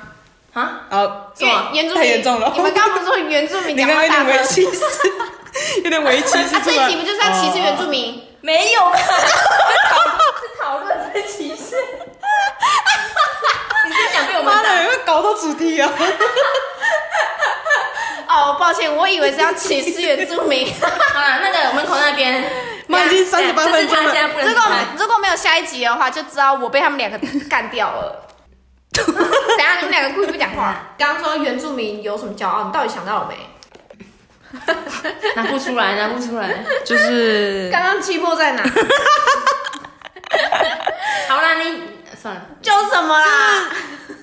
Speaker 3: 啊，
Speaker 1: 好，
Speaker 2: 因为
Speaker 3: 是吗
Speaker 2: 原住民
Speaker 1: 太严重了
Speaker 2: 你们刚刚不是说原住民
Speaker 1: 你
Speaker 2: 讲
Speaker 1: 刚刚
Speaker 2: 话
Speaker 1: 有点
Speaker 2: 大
Speaker 1: 围
Speaker 2: 声？
Speaker 1: 歧视，有点围歧视 哦
Speaker 2: 啊，
Speaker 1: 出
Speaker 2: 这一
Speaker 1: 来。
Speaker 2: 集不就是要歧视原住民？
Speaker 3: 没有 吧？是讨论是歧视。 你是想被我
Speaker 1: 哦？
Speaker 3: 们
Speaker 1: 妈
Speaker 3: 打
Speaker 1: 的，？又搞到主题 啊！
Speaker 2: 哦，抱歉，我以为是要歧视原住民。
Speaker 3: 好啦，那个门口那边，
Speaker 1: 妈，已经三十八
Speaker 3: 这
Speaker 1: 分
Speaker 3: 是
Speaker 1: 钟
Speaker 3: 他现在
Speaker 1: 了，
Speaker 3: 不
Speaker 2: 如
Speaker 3: 能
Speaker 2: 果
Speaker 3: 开。
Speaker 2: 如果没有下一集的话，就知道我被他们两个干掉 了。怎样？你们两个故意不讲话？刚刚说原住民有什么骄傲？你到底想到了没？
Speaker 3: 拿不出来，拿不出来。
Speaker 1: 就是
Speaker 2: 刚刚期末在哪？
Speaker 3: 好啦，你算了，
Speaker 2: 就什么啦？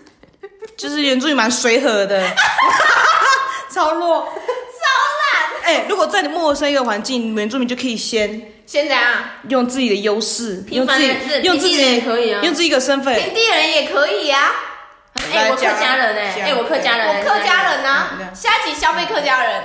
Speaker 1: 就是原著也蛮随和 的，超弱，超烂。哎、如果在你陌生一个环境，原住民就可以先
Speaker 2: 先怎样？
Speaker 1: 用自己的优势，用
Speaker 3: 平
Speaker 1: 自
Speaker 3: 凡
Speaker 1: 己
Speaker 3: 人是
Speaker 1: 用自
Speaker 3: 平地人
Speaker 1: 己
Speaker 3: 也可以啊
Speaker 1: 用自己的身份，
Speaker 2: 平地人也可以啊，
Speaker 3: 哎、我客
Speaker 1: 啊
Speaker 3: 家人哎、哎、我客家人、
Speaker 2: 我客家人
Speaker 1: 嗯对
Speaker 2: 啊，
Speaker 1: 啊
Speaker 2: 下一集消费客家人，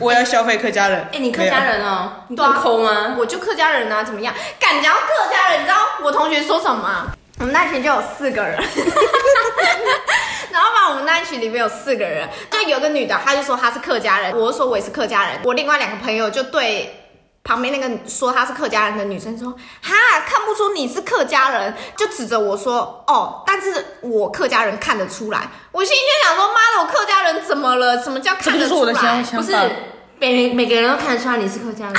Speaker 1: 我要消费客家人。
Speaker 3: 哎、你客家
Speaker 1: 没有？
Speaker 3: 人哦、你
Speaker 2: 对啊
Speaker 3: 断抠吗？
Speaker 2: 我就客家人啊，怎么样？敢讲到客家人，你知道我同学说什么吗？我们那群就有四个人， 然后把我们那群里面有四个人，就有个女的，她就说她是客家人，我就说我也是客家人，我另外两个朋友就对。旁边那个说她是客家人的女生说：“哈，看不出你是客家人。”就指着我说：“哦，但是我客家人看得出来。”我心里就想说：“妈的，我客家人怎么了？什么叫
Speaker 1: 这
Speaker 2: 看
Speaker 1: 不
Speaker 2: 得
Speaker 1: 就是
Speaker 2: 出
Speaker 1: 我的
Speaker 2: 来
Speaker 1: 想？”
Speaker 3: 不
Speaker 1: 想
Speaker 3: 是
Speaker 1: 法。
Speaker 3: 每每个人都看得出来你是客家人，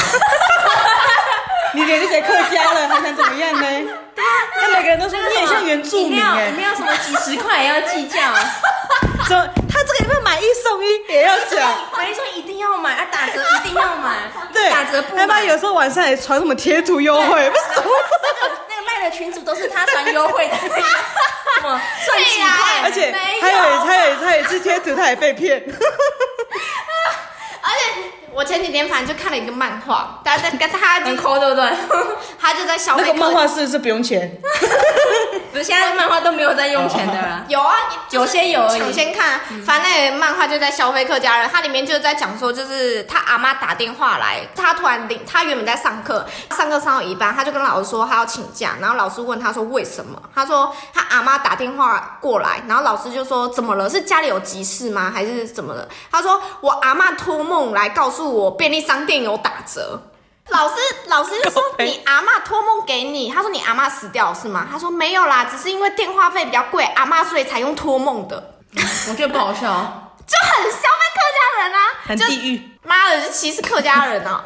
Speaker 1: 你脸就写客家了，还想怎么样 呢？
Speaker 3: 啊
Speaker 1: 那每个人都说你很像原住
Speaker 3: 饮
Speaker 1: 民
Speaker 3: 料
Speaker 1: 哎
Speaker 3: 饮，料什么几十块也要计 较，
Speaker 1: 怎么他这个里面买一送一也要讲？
Speaker 3: 买一送一定要买，啊打折一定要买，
Speaker 1: 对，
Speaker 3: 打折不买
Speaker 1: 要不然有时候晚上也传什么贴图优 惠，不是怎么
Speaker 3: 那 个那个赖的群主都是他传 优惠的，什么算几块，
Speaker 1: 啊而且
Speaker 3: 没
Speaker 1: 还有
Speaker 3: 有，
Speaker 1: 还有还有一次贴图，他也被 骗。
Speaker 2: 而且我前几天反正就看了一个漫画，他在跟他
Speaker 3: 很
Speaker 2: 就
Speaker 3: 抠对不对？
Speaker 2: 他就在消
Speaker 1: 那
Speaker 2: 费
Speaker 1: 个漫
Speaker 2: 客
Speaker 1: 画是不是不用钱？
Speaker 3: 不是现在漫画都没有在用钱的啦，
Speaker 2: 有啊，你
Speaker 3: 有些有而
Speaker 2: 抢
Speaker 3: 已。
Speaker 2: 先看啊，反正那个漫画就在消费客家人，它里面就在讲说，就是他阿妈打电话来，他突然领，他原本在上课，上课上到一半，他就跟老师说他要请假，然后老师问他说为什么，他说他阿妈打电话过来，然后老师就说怎么了，是家里有急事吗，还是怎么了？他说我阿妈托梦来告诉我便利商店有打折。老师，老师就说
Speaker 1: 靠背
Speaker 2: 你阿嬷托梦给你，他说你阿嬷死掉了是吗？他说没有啦，只是因为电话费比较贵，阿嬷所以才用托梦的。
Speaker 3: 我觉得不好笑，
Speaker 2: 就很消费客家人啊，
Speaker 1: 很
Speaker 2: 就
Speaker 1: 地狱
Speaker 2: 妈的，就歧视客家人啊！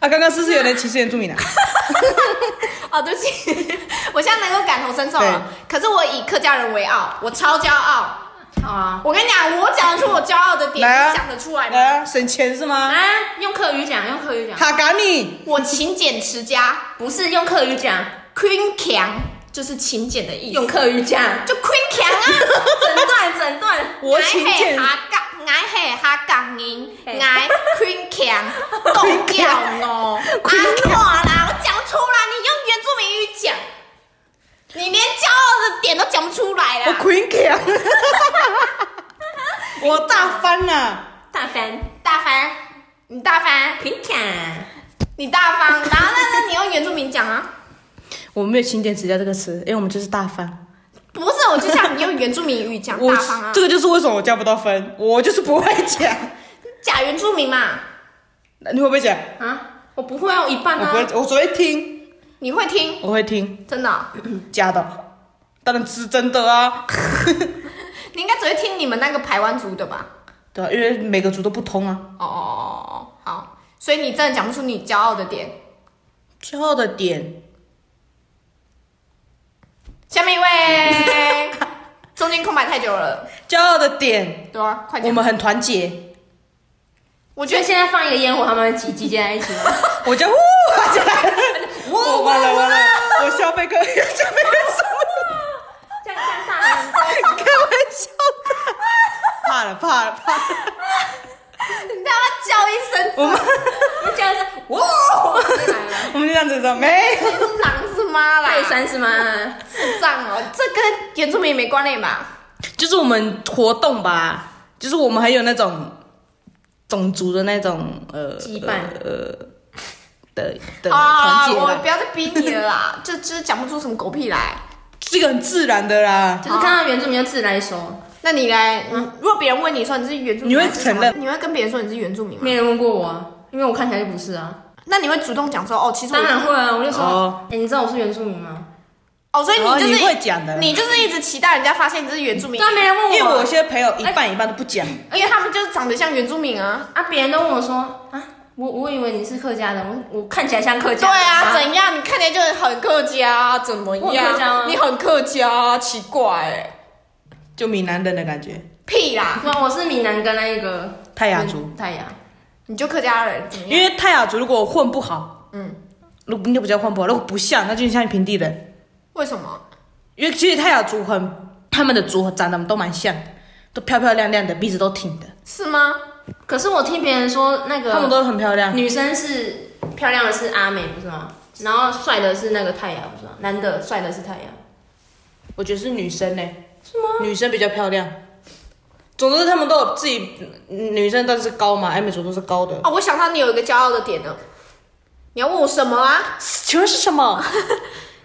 Speaker 1: 啊！刚刚是不是有人歧视原住民啊？
Speaker 2: 哦，对不起， 我现在能够感同身受了。可是我以客家人为傲，我超骄傲。
Speaker 3: 好啊。
Speaker 2: 我跟你讲，我讲得出我骄傲的点，
Speaker 1: 来啊
Speaker 2: 你讲得出来
Speaker 1: 来
Speaker 2: 吗？
Speaker 1: 啊，省钱是吗？
Speaker 3: 来，用客语讲，用客语讲，
Speaker 1: 哈嘎你
Speaker 2: 我勤俭持家
Speaker 3: 不是用客语讲，
Speaker 2: ，Queen 强就是勤俭的意思，
Speaker 3: 用客语讲。
Speaker 2: 就 Queen 强啊。
Speaker 3: 整段整段，
Speaker 1: 我勤俭
Speaker 2: 爱哈港，爱嘿哈港人，
Speaker 3: 嘿
Speaker 2: 爱 Queen 强，冻掉哦！安诺啦，我讲出来，你用原住民语讲，你连骄傲的点都讲不出来
Speaker 1: 我
Speaker 2: 啦。
Speaker 1: 困 强，我大啊翻了、
Speaker 3: 大翻
Speaker 2: 大凡，你大凡，
Speaker 3: 平砍，
Speaker 2: 你大方，然后那那你用原住民讲啊？
Speaker 1: 我们没有勤俭持家这个词，因为我们就是大翻。
Speaker 2: 不是，我就像你用原住民语讲
Speaker 1: 我
Speaker 2: 大方啊
Speaker 1: 这，个就是为什么我加不到分，我就是不会讲。
Speaker 2: 假原住民嘛，
Speaker 1: 你会不会讲？
Speaker 3: 啊！我不会用一半
Speaker 1: 我不
Speaker 3: 啊，
Speaker 1: 会，我只会听，
Speaker 2: 你会听？
Speaker 1: 我会听
Speaker 2: 真的哦、
Speaker 1: 假的，当然是真的啊。
Speaker 2: 你应该只会听你们那个排湾族的吧？
Speaker 1: 对啊，因为每个族都不通啊。
Speaker 2: 哦哦哦哦，好，所以你真的讲不出你骄傲的点。
Speaker 1: 骄傲的点，
Speaker 2: 下面一位，中间空白太久了，
Speaker 1: 骄傲的点，
Speaker 2: 对啊，快
Speaker 1: 我
Speaker 2: 点。
Speaker 1: 们很团结。
Speaker 2: 我
Speaker 3: 我
Speaker 2: 觉
Speaker 3: 觉得
Speaker 2: 得
Speaker 3: 现在放一个烟火，他们集集结在一起了。
Speaker 1: 我就呼啊 起来了，我完了完了，我消费客消费客什么？
Speaker 3: 这样这样大人都
Speaker 1: 开玩笑的，怕了怕了怕了，
Speaker 2: 你让他叫一声，
Speaker 1: 我们
Speaker 3: 这样子，哇！真的来了
Speaker 1: 我们就这样子说没有，
Speaker 2: 是狼是妈啦，
Speaker 3: 背山是吗？
Speaker 2: 智障哦，这跟原住民没关联吧？
Speaker 1: 就是我们活动吧，就是我们还有那种种族的那种呃
Speaker 3: 羁绊
Speaker 1: 呃的的
Speaker 2: 啊，
Speaker 1: 团结
Speaker 2: 我
Speaker 1: 吧
Speaker 2: 不，要再逼你 了啦，就就是讲不出什么狗屁来。
Speaker 1: 是一个很自然的啦。
Speaker 3: 就是看到原住民就自然熟，
Speaker 2: 那你来，嗯，如果别人问你说你是原住民，
Speaker 1: 你会
Speaker 2: 还是什
Speaker 1: 承
Speaker 2: 么
Speaker 1: 认
Speaker 2: 你会跟别人说你是原住民吗
Speaker 3: 没？人问过我啊，因为我看起来就不是啊。
Speaker 2: 那你会主动讲说哦，其实我
Speaker 3: 当然会啊，我就
Speaker 1: 哦
Speaker 3: 说，哎，你知道我是原住民吗？
Speaker 2: 哦，所以你
Speaker 1: 哦
Speaker 2: 就是
Speaker 1: 你会讲的
Speaker 2: 你就是一直期待人家发现你是原住民
Speaker 3: 对，啊，没人问我，
Speaker 1: 因为我有些朋友一半一半都不讲，
Speaker 2: 因为他们就是长得像原住民啊。
Speaker 3: 啊，别人都问我说啊，我我以为你是客家的，我我看起来像客
Speaker 2: 对
Speaker 3: 家人
Speaker 2: 啊，怎样？你看起来就很客家啊，怎么
Speaker 3: 我很客家
Speaker 2: 样？
Speaker 3: 吗
Speaker 2: 你很客家啊，奇怪欸
Speaker 1: 就闽南人的感觉，
Speaker 2: 屁啦，
Speaker 3: 那我是闽南跟那一个嗯
Speaker 1: 泰雅族，
Speaker 3: 泰雅，
Speaker 2: 你就客家人怎么
Speaker 1: 因
Speaker 2: 样？
Speaker 1: 为泰雅族如果混不好，
Speaker 2: 嗯，
Speaker 1: 如果应该不叫混不好，如果不像，那就像平地人。
Speaker 2: 为什么？
Speaker 1: 因为其实泰雅族很，他们的族长得都蛮像，都漂漂亮亮的，鼻子都挺的，
Speaker 2: 是吗？
Speaker 3: 可是我听别人说那
Speaker 1: 他们
Speaker 3: 个
Speaker 1: 都很漂亮。
Speaker 3: 女生是漂亮的是阿美不是吗？然后帅的是那个泰雅不是吗？男的帅的是泰雅，
Speaker 1: 我觉得是女生呢、是吗？女生比较漂亮。总之，他们都有自己，嗯女生都是高嘛，爱美族都是高的。
Speaker 2: 哦，我想到你有一个骄傲的点了，你要问我什么啊？
Speaker 1: 请问是什 么？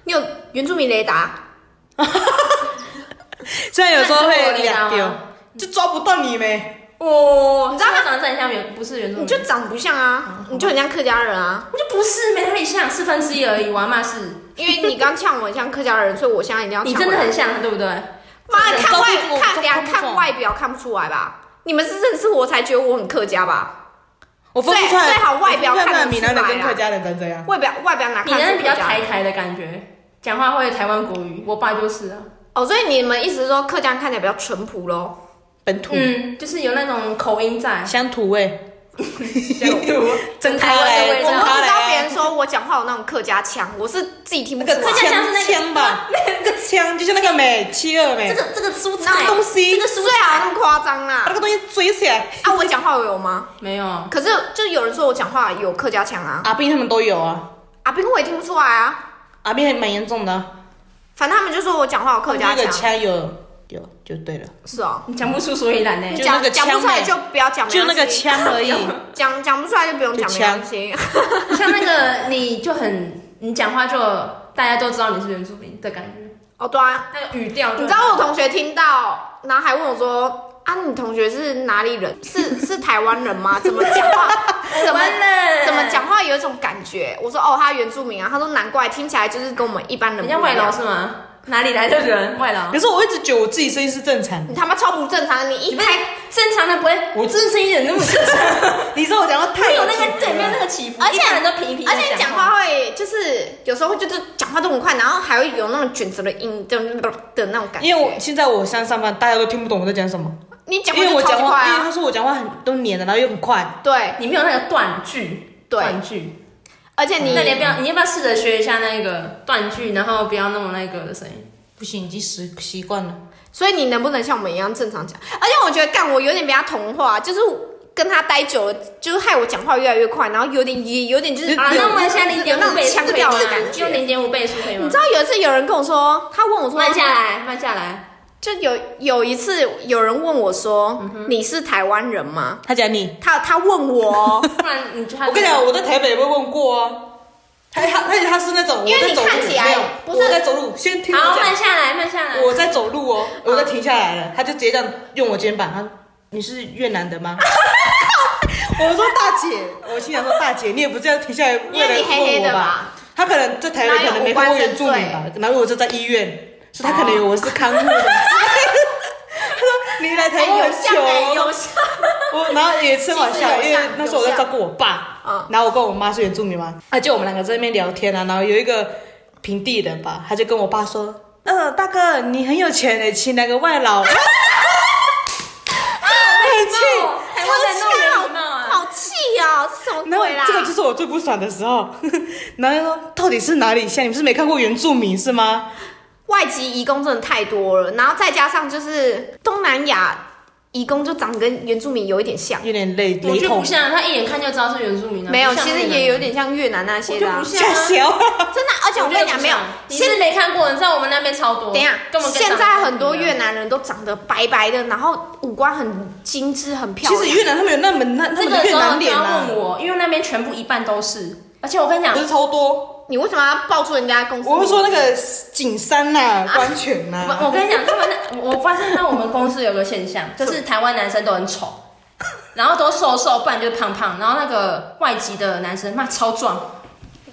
Speaker 2: 你有原住民雷达？
Speaker 1: 虽然有时候
Speaker 3: 那你
Speaker 1: 会
Speaker 3: 就我雷达
Speaker 1: 两
Speaker 3: 吗
Speaker 1: 丢，就抓不到你没。
Speaker 2: 我，你知道
Speaker 3: 他长得真的很像原不是原住
Speaker 2: 你
Speaker 3: 民，
Speaker 2: 就长不像啊，你就很像客家人啊。
Speaker 3: 我就不是没哪里像，四分之一而已。我阿妈是，
Speaker 2: 因为你刚呛我很像客家人，所以我现在一定要呛
Speaker 3: 你
Speaker 2: 回来。
Speaker 3: 真的很像，对不对？
Speaker 2: 妈，你看外
Speaker 3: 中部中
Speaker 2: 看等下
Speaker 3: 中部
Speaker 2: 看
Speaker 3: 中
Speaker 2: 外表看不出来吧？你们是认识我才觉得我很客家吧？
Speaker 1: 我分不出来，
Speaker 2: 最最好外表
Speaker 1: 我分不出来
Speaker 2: 看得
Speaker 1: 闽
Speaker 2: 出来
Speaker 1: 南人跟
Speaker 2: 啦
Speaker 1: 客家人长怎样。
Speaker 2: 外表外表哪
Speaker 3: 你那
Speaker 2: 看
Speaker 3: 是
Speaker 2: 出
Speaker 3: 比
Speaker 2: 客
Speaker 3: 较
Speaker 2: 家人？
Speaker 3: 台台的感觉，讲话会台湾国语。我爸就是啊，
Speaker 2: 哦，所以你们意思是说客家人看起来比较淳朴喽？
Speaker 1: 本土、
Speaker 3: 嗯，就是有那种口音在。
Speaker 1: 乡土味，真
Speaker 3: 台
Speaker 1: 开
Speaker 3: 湾的
Speaker 1: 嘞，
Speaker 3: 味
Speaker 2: 我
Speaker 3: 道
Speaker 1: 真
Speaker 2: 不
Speaker 1: 开
Speaker 2: 知道别
Speaker 1: 嘞
Speaker 2: 人。说我讲话有那种客家腔，我是自己听 不
Speaker 1: 那
Speaker 2: 出
Speaker 1: 个
Speaker 2: 来。
Speaker 3: 家腔是那
Speaker 1: 枪
Speaker 3: 个
Speaker 1: 枪吧，那个枪就像那个美七二美
Speaker 3: 这，个这个蔬菜，
Speaker 1: 那个东西
Speaker 3: 这个蔬
Speaker 2: 最好那
Speaker 3: 菜
Speaker 2: 么夸张
Speaker 1: 把
Speaker 2: 啦
Speaker 1: 啊那！个东西追起来。
Speaker 2: 啊，我讲话有吗？
Speaker 3: 没有，
Speaker 2: 可是就有人说我讲话有客家腔啊，
Speaker 1: 阿斌他们都有啊，
Speaker 2: 阿斌我也听不出来啊。
Speaker 1: 阿斌还蛮严重的啊，
Speaker 2: 反正他们就说我讲话有客家
Speaker 1: 那个
Speaker 2: 腔，
Speaker 1: 枪有有就对了，
Speaker 2: 是哦，
Speaker 3: 你讲不出所以然呢。
Speaker 1: 就那
Speaker 2: 讲
Speaker 1: 个
Speaker 2: 讲
Speaker 1: 腔
Speaker 2: 不出来
Speaker 1: 呗
Speaker 2: 就不要讲，没
Speaker 1: 就那个
Speaker 2: 关系
Speaker 1: 枪而已。
Speaker 2: 讲讲不出来就不用讲，
Speaker 1: 就
Speaker 2: 没
Speaker 1: 呛
Speaker 2: 关系。
Speaker 3: 像那个你就很，你讲话就大家都知道你是原住民的感觉，
Speaker 2: 哦，对啊，
Speaker 3: 那个语调就。
Speaker 2: 你知道我同学听到，然后还问我说：“啊，你同学是哪里人？是 是台湾人吗？怎么讲 话？怎么
Speaker 3: 了
Speaker 2: 怎么？讲话有一种感觉？”我说：“哦，他原住民啊。”他说：“难怪听起来就是跟我们一般人
Speaker 3: 人
Speaker 2: 不
Speaker 3: 家
Speaker 2: 一
Speaker 3: 外劳
Speaker 2: 样。
Speaker 3: 是吗？哪里来的人？外 劳
Speaker 1: 可。是我一直觉得我自己声音是正常的，
Speaker 2: 你他妈超不正常！你一
Speaker 3: 不是
Speaker 2: 开，
Speaker 3: 正常的不会，
Speaker 1: 我
Speaker 3: 真的声音也那么正常，
Speaker 1: 你知道我讲话太
Speaker 3: 没有啊那
Speaker 1: 气
Speaker 3: 个
Speaker 1: 质
Speaker 3: 对，没有
Speaker 1: 了
Speaker 3: 那个起伏，
Speaker 2: 而且
Speaker 3: 一般人都平一平地
Speaker 2: 而且你讲
Speaker 3: 话，
Speaker 2: 话会就是有时候就是讲话都很快，然后还会有那种卷舌的音的的那种感觉。
Speaker 1: 因为我现在我现在上班，大家都听不懂我在讲什么，
Speaker 2: 你讲
Speaker 1: 因
Speaker 2: 话
Speaker 1: 为我
Speaker 2: 就超
Speaker 1: 讲
Speaker 2: 级
Speaker 1: 话，
Speaker 2: 快
Speaker 1: 因为他
Speaker 2: 啊，
Speaker 1: 说我讲话很都黏的，然后又很快。
Speaker 2: 对，
Speaker 3: 你没有那个断句，
Speaker 2: 对
Speaker 3: 断句。
Speaker 2: 而且你
Speaker 3: 那你要不要？你要不要试着学一下那个断句，然后不要那么那个的声音？
Speaker 1: 不行，已经习习惯了。
Speaker 2: 所以你能不能像我们一样正常讲？而且我觉得干我有点被他同化，就是跟他待久了，就是害我讲话越来越快，然后有点也有点 就是
Speaker 3: 好，啊那我们现在零
Speaker 2: 有
Speaker 3: 点
Speaker 2: 那
Speaker 3: 五
Speaker 2: 种
Speaker 3: 倍速
Speaker 2: 腔
Speaker 3: 可以
Speaker 2: 调
Speaker 3: 吗
Speaker 2: 的感？觉
Speaker 3: 用。零点五倍速可以
Speaker 2: 你
Speaker 3: 吗
Speaker 2: 知？道有一次有人跟我说，他问我说，
Speaker 3: 慢下来，慢下来。
Speaker 2: 就有有一次有人问我说，
Speaker 3: 嗯
Speaker 2: 你是台湾人吗？
Speaker 1: 他讲你，
Speaker 2: 他他问我 哦，
Speaker 3: 不然你就
Speaker 1: 我跟你讲，我在台北也被问过啊。他他而且他是那种我
Speaker 2: 因为
Speaker 1: 在
Speaker 2: 你
Speaker 1: 走
Speaker 2: 看
Speaker 1: 路，
Speaker 2: 起来
Speaker 1: 没有，
Speaker 2: 不是
Speaker 1: 我在走路，先听我
Speaker 3: 好，慢
Speaker 1: 讲，
Speaker 3: 下来，慢下来。
Speaker 1: 我在走路哦，
Speaker 2: 啊
Speaker 1: 我在停下来了，他就直接这样用我肩膀，他说你是越南的吗？ 我说大姐，我心想说大姐，你也不这样停下来为
Speaker 2: 因为
Speaker 1: 了
Speaker 2: 你黑
Speaker 1: 问
Speaker 2: 黑
Speaker 1: 我
Speaker 2: 的
Speaker 1: 吧？
Speaker 2: 吧？
Speaker 1: 他可能在台北
Speaker 2: 哪有
Speaker 1: 可能没
Speaker 2: 五官
Speaker 1: 看过原住民
Speaker 2: 深
Speaker 1: 吧，然后我就在医院，所以他可
Speaker 2: 哦
Speaker 1: 能以为我是看护的之类 的。他说你来台湾
Speaker 2: 有
Speaker 1: 很
Speaker 2: 像
Speaker 1: 久
Speaker 2: 哎，
Speaker 1: 哦，
Speaker 2: 有像，
Speaker 1: 我然后也吃完
Speaker 2: 其实
Speaker 1: 笑，
Speaker 2: 有
Speaker 1: 因为
Speaker 2: 像
Speaker 1: 那时候我
Speaker 2: 有
Speaker 1: 在
Speaker 2: 像
Speaker 1: 照顾我爸，
Speaker 2: 嗯
Speaker 1: 然后我跟我妈是原住民嘛，啊，就我们两个在那边聊天啊，然后有一个平地人吧，他就跟我爸说，呃，大哥你很有钱诶，请来个外 劳，哎很气。
Speaker 3: 台湾人那么有礼貌啊！
Speaker 2: 好气哦，这什么
Speaker 1: 然后
Speaker 2: 鬼啦？
Speaker 1: 这个就是我最不爽的时候， 然后他说到底是哪里像？你们是没看过原住民是吗？
Speaker 2: 外籍移工真的太多了，然后再加上就是东南亚移工就长得跟原住民有一点像，
Speaker 1: 有点雷
Speaker 3: 我
Speaker 1: 雷
Speaker 3: 就
Speaker 1: 同
Speaker 3: 不，啊像，他一眼看就知道是原住民啊。
Speaker 2: 没有，
Speaker 3: 嗯不像
Speaker 2: 其实
Speaker 3: 越南
Speaker 2: 也有点像越南那些的、啊
Speaker 3: 我就，不像
Speaker 1: 吓
Speaker 3: 啊
Speaker 1: 死我！
Speaker 2: 真的。而且我跟你讲，没有，
Speaker 3: 你
Speaker 2: 现
Speaker 3: 是没看过，你知道我们那边超多。
Speaker 2: 等一下
Speaker 3: 根本，跟
Speaker 2: 现
Speaker 3: 长得
Speaker 2: 在很多
Speaker 3: 不一样
Speaker 2: 越南人都长得白白的，然后五官很精致，很漂
Speaker 1: 其
Speaker 2: 亮。
Speaker 1: 实越南他们有那门那那
Speaker 3: 这
Speaker 1: 么
Speaker 3: 个
Speaker 1: 越
Speaker 3: 时候
Speaker 1: 南
Speaker 3: 你
Speaker 1: 脸
Speaker 3: 要
Speaker 1: 啊
Speaker 3: 问，我，因为那边全部一半都是，而且我跟你讲
Speaker 1: 不，是超多。
Speaker 2: 你为什么要爆出人家公司？
Speaker 1: 我会说那个景山呐、官犬呐、
Speaker 3: 我我跟你讲，他们那我我发现到我们公司有个现象，就是台湾男生都很丑，然后都瘦瘦，不然就是胖胖，然后那个外籍的男生妈超壮，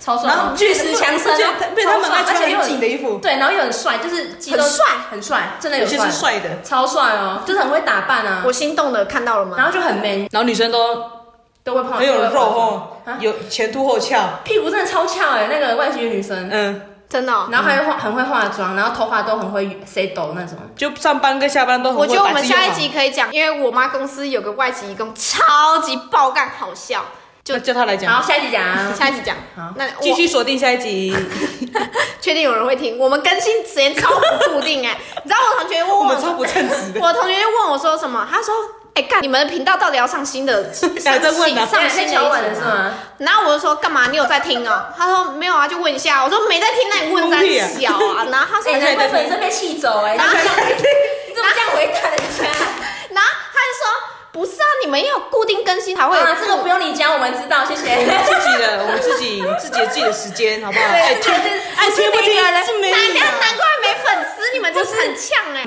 Speaker 3: 超
Speaker 1: 然后
Speaker 3: 壮，巨石强森
Speaker 1: 而且
Speaker 3: 啊，
Speaker 1: 被他们
Speaker 3: 超
Speaker 1: 爱
Speaker 3: 壮而
Speaker 1: 穿
Speaker 3: 且又
Speaker 1: 很紧
Speaker 3: 很
Speaker 1: 的衣服，
Speaker 3: 对，然后又很帅，就是肌肉
Speaker 2: 很帅
Speaker 3: 很帅，真的
Speaker 1: 有
Speaker 3: 有
Speaker 1: 些
Speaker 3: 帅
Speaker 1: 是，帅的，
Speaker 3: 超帅哦，就是很会打扮啊
Speaker 2: 我，心动的看到了吗？
Speaker 3: 然后就很 man，
Speaker 1: 然后女生都
Speaker 3: 都会胖，
Speaker 1: 很有
Speaker 3: 都会
Speaker 1: 肉
Speaker 3: 胖
Speaker 1: 哦，
Speaker 3: 啊
Speaker 1: 有前凸后翘，
Speaker 3: 屁股真的超翘哎，那个外籍的女生。
Speaker 1: 嗯，
Speaker 2: 真的哦、
Speaker 3: 然后还会化，很会化妆，然后头发都很会 say 抖那种。
Speaker 1: 就上班跟下班都很
Speaker 2: 我
Speaker 1: 会
Speaker 2: 觉得我
Speaker 1: 把
Speaker 2: 们
Speaker 1: 自己用好。
Speaker 2: 下一集可以讲，因为我妈公司有个外籍移工，超级爆干好笑。
Speaker 1: 就叫他来
Speaker 3: 然
Speaker 1: 讲，
Speaker 3: 后下一集讲啊，
Speaker 2: 下一集讲
Speaker 3: 好，
Speaker 2: 那我
Speaker 1: 继续锁定下一集。
Speaker 2: 确定有人会听？我们更新时间超不固定哎、 你知道我同学问
Speaker 1: 我
Speaker 2: 我，
Speaker 1: 们超不称职 的，
Speaker 2: 我同学就问我说什么？他说：“哎、干，你们的频道到底要上新的？上
Speaker 1: 还在问啊呢
Speaker 2: 新上新
Speaker 3: 小
Speaker 2: 的
Speaker 3: 稳
Speaker 2: 一
Speaker 3: 了
Speaker 2: 集
Speaker 3: 是
Speaker 2: 吗
Speaker 3: 吗？？”
Speaker 2: 然后我就说：“干嘛？你有在听哦？”他说：“没有啊，就问一下。”我说：“没在听，那你问三小啊？”然后 他说：“
Speaker 3: 哎，难
Speaker 2: 然后
Speaker 3: 怪粉丝被气走哎，你
Speaker 2: 然后
Speaker 3: 你怎么这样回答人家？
Speaker 2: 然后他就说：“不是啊，你们要有固定更新才会有
Speaker 3: 啊，这个不用你讲，我们知道，谢谢。
Speaker 2: 嗯
Speaker 1: 自己的，我们自己自己的自己的时间，好不好？哎爱听
Speaker 2: 哎
Speaker 3: 哎
Speaker 1: 爱听不听是没啊
Speaker 2: 难
Speaker 1: 你
Speaker 2: 难
Speaker 1: 的。啊
Speaker 2: 难怪没粉丝，你们就是很呛哎、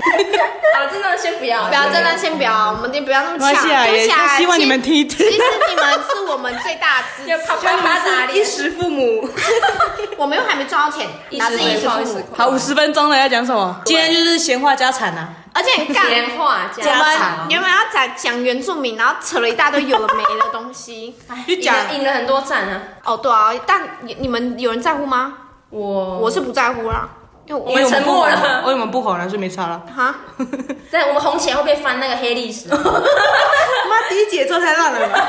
Speaker 3: 好，真的先不要
Speaker 2: 不要，真的先不要，我们也不要那么
Speaker 1: 没关
Speaker 2: 强，
Speaker 1: 系啊，
Speaker 2: 对
Speaker 1: 也
Speaker 2: 不起啊，
Speaker 1: 希望你们
Speaker 2: 其
Speaker 1: 听一听
Speaker 2: 其。实你们是我们最大的 支
Speaker 3: 要啪
Speaker 2: 持，
Speaker 3: 啪啪打
Speaker 1: 衣
Speaker 3: 脸，
Speaker 1: 食父母。
Speaker 2: 我们又还没赚到钱，拿自己
Speaker 3: 不好
Speaker 2: 的
Speaker 3: 意
Speaker 2: 父
Speaker 3: 思
Speaker 2: 母，，
Speaker 1: 好，五十分钟了，要讲什么？今天就是闲话家常啊。
Speaker 2: 而 且很干。
Speaker 3: 闲话家
Speaker 2: 我
Speaker 3: 常
Speaker 2: 们，原本要讲讲原住民，然后扯了一大堆有的没的东 西。
Speaker 1: 就
Speaker 3: 赢
Speaker 1: 讲
Speaker 3: 了赢了很多战啊。
Speaker 2: 哦，对啊，但你你们有人在乎吗？
Speaker 3: 我
Speaker 2: 我是不在乎啦，因为我
Speaker 3: 我们沉默了
Speaker 1: 因为我们不红了，所以没差了。
Speaker 2: 哈，
Speaker 3: 在我们红起来会被翻那个 黑历史，
Speaker 1: 妈，第一节奏太烂了吧？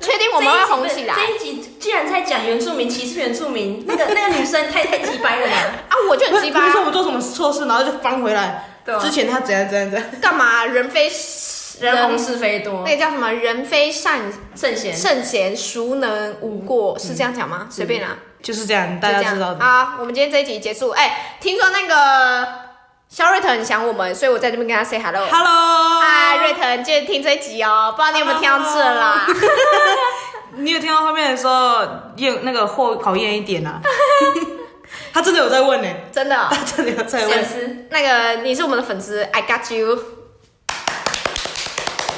Speaker 2: 确定我们会红起来
Speaker 3: 这一集既然在讲原住民歧视原住民，那个那个女生太太鸡掰了啦。
Speaker 2: 啊？我就很鸡
Speaker 1: 比
Speaker 2: 巴
Speaker 1: 如，说我们做什么错事，然后就翻回来。
Speaker 3: 对啊
Speaker 1: 之前他怎样怎样怎样。
Speaker 2: 干嘛？人非
Speaker 3: 人
Speaker 2: 人
Speaker 3: 红
Speaker 2: 红，
Speaker 3: 是非多
Speaker 2: 那，个叫什么？人非善
Speaker 3: 圣贤
Speaker 2: 圣贤，孰能无过？是这样讲吗？随便啦，啊
Speaker 1: 就是这样，
Speaker 2: 就
Speaker 1: 嗯大
Speaker 2: 这
Speaker 1: 家知道
Speaker 2: 样。
Speaker 1: 的。
Speaker 2: 好，我们今天这一集结束。哎，听说那个肖瑞腾很想我们，所以我在这边跟他 say hello。
Speaker 1: Hello，
Speaker 2: 嗨，瑞，腾，记得听这一集哦，不知道你有没有听到这啦？
Speaker 1: 哦你有听到后面的时候验那个货考验一点 啊？他真的有在问呢，
Speaker 2: 真的哦、
Speaker 1: 他真的有在
Speaker 3: 粉
Speaker 1: 问。
Speaker 3: 丝，
Speaker 2: 那个你是我们的粉丝，I got you。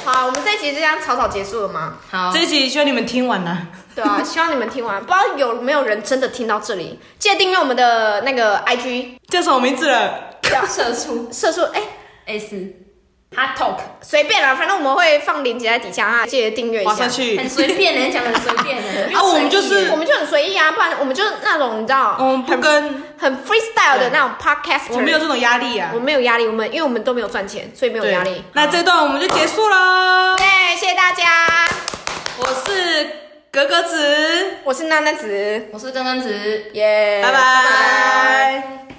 Speaker 2: 好，我们这一集就这样草草结束了吗？
Speaker 3: 好
Speaker 1: 这一集希望你们听完啦。
Speaker 2: 对啊，希望你们听完，不知道有没有人真的听到这里，记得订阅我们的那个 IG
Speaker 1: 叫什么名字了？
Speaker 3: 射出
Speaker 2: 社畜，哎、
Speaker 3: S hot talk，
Speaker 2: 随便啦，反正我们会放链接在底下啊，记得订阅一
Speaker 1: 划
Speaker 2: 下
Speaker 1: 上。去。
Speaker 3: 很随便人讲得很随便 的。
Speaker 1: 啊，我们就是
Speaker 2: 我们就很随意啊，不然我们就是那种你知道，
Speaker 1: 我们不跟，
Speaker 2: 很 freestyle 的那种 podcaster，
Speaker 1: 我们没有这种压力啊
Speaker 2: 我。们没有压力，我们因为我们都没有赚钱，所以没有
Speaker 1: 对
Speaker 2: 压力。
Speaker 1: 那这段我们就结束喽。
Speaker 2: 对，谢谢大家，
Speaker 1: 我是格格子，
Speaker 2: 我是娜娜子，
Speaker 3: 我是根根子。
Speaker 2: 耶、
Speaker 1: 拜拜。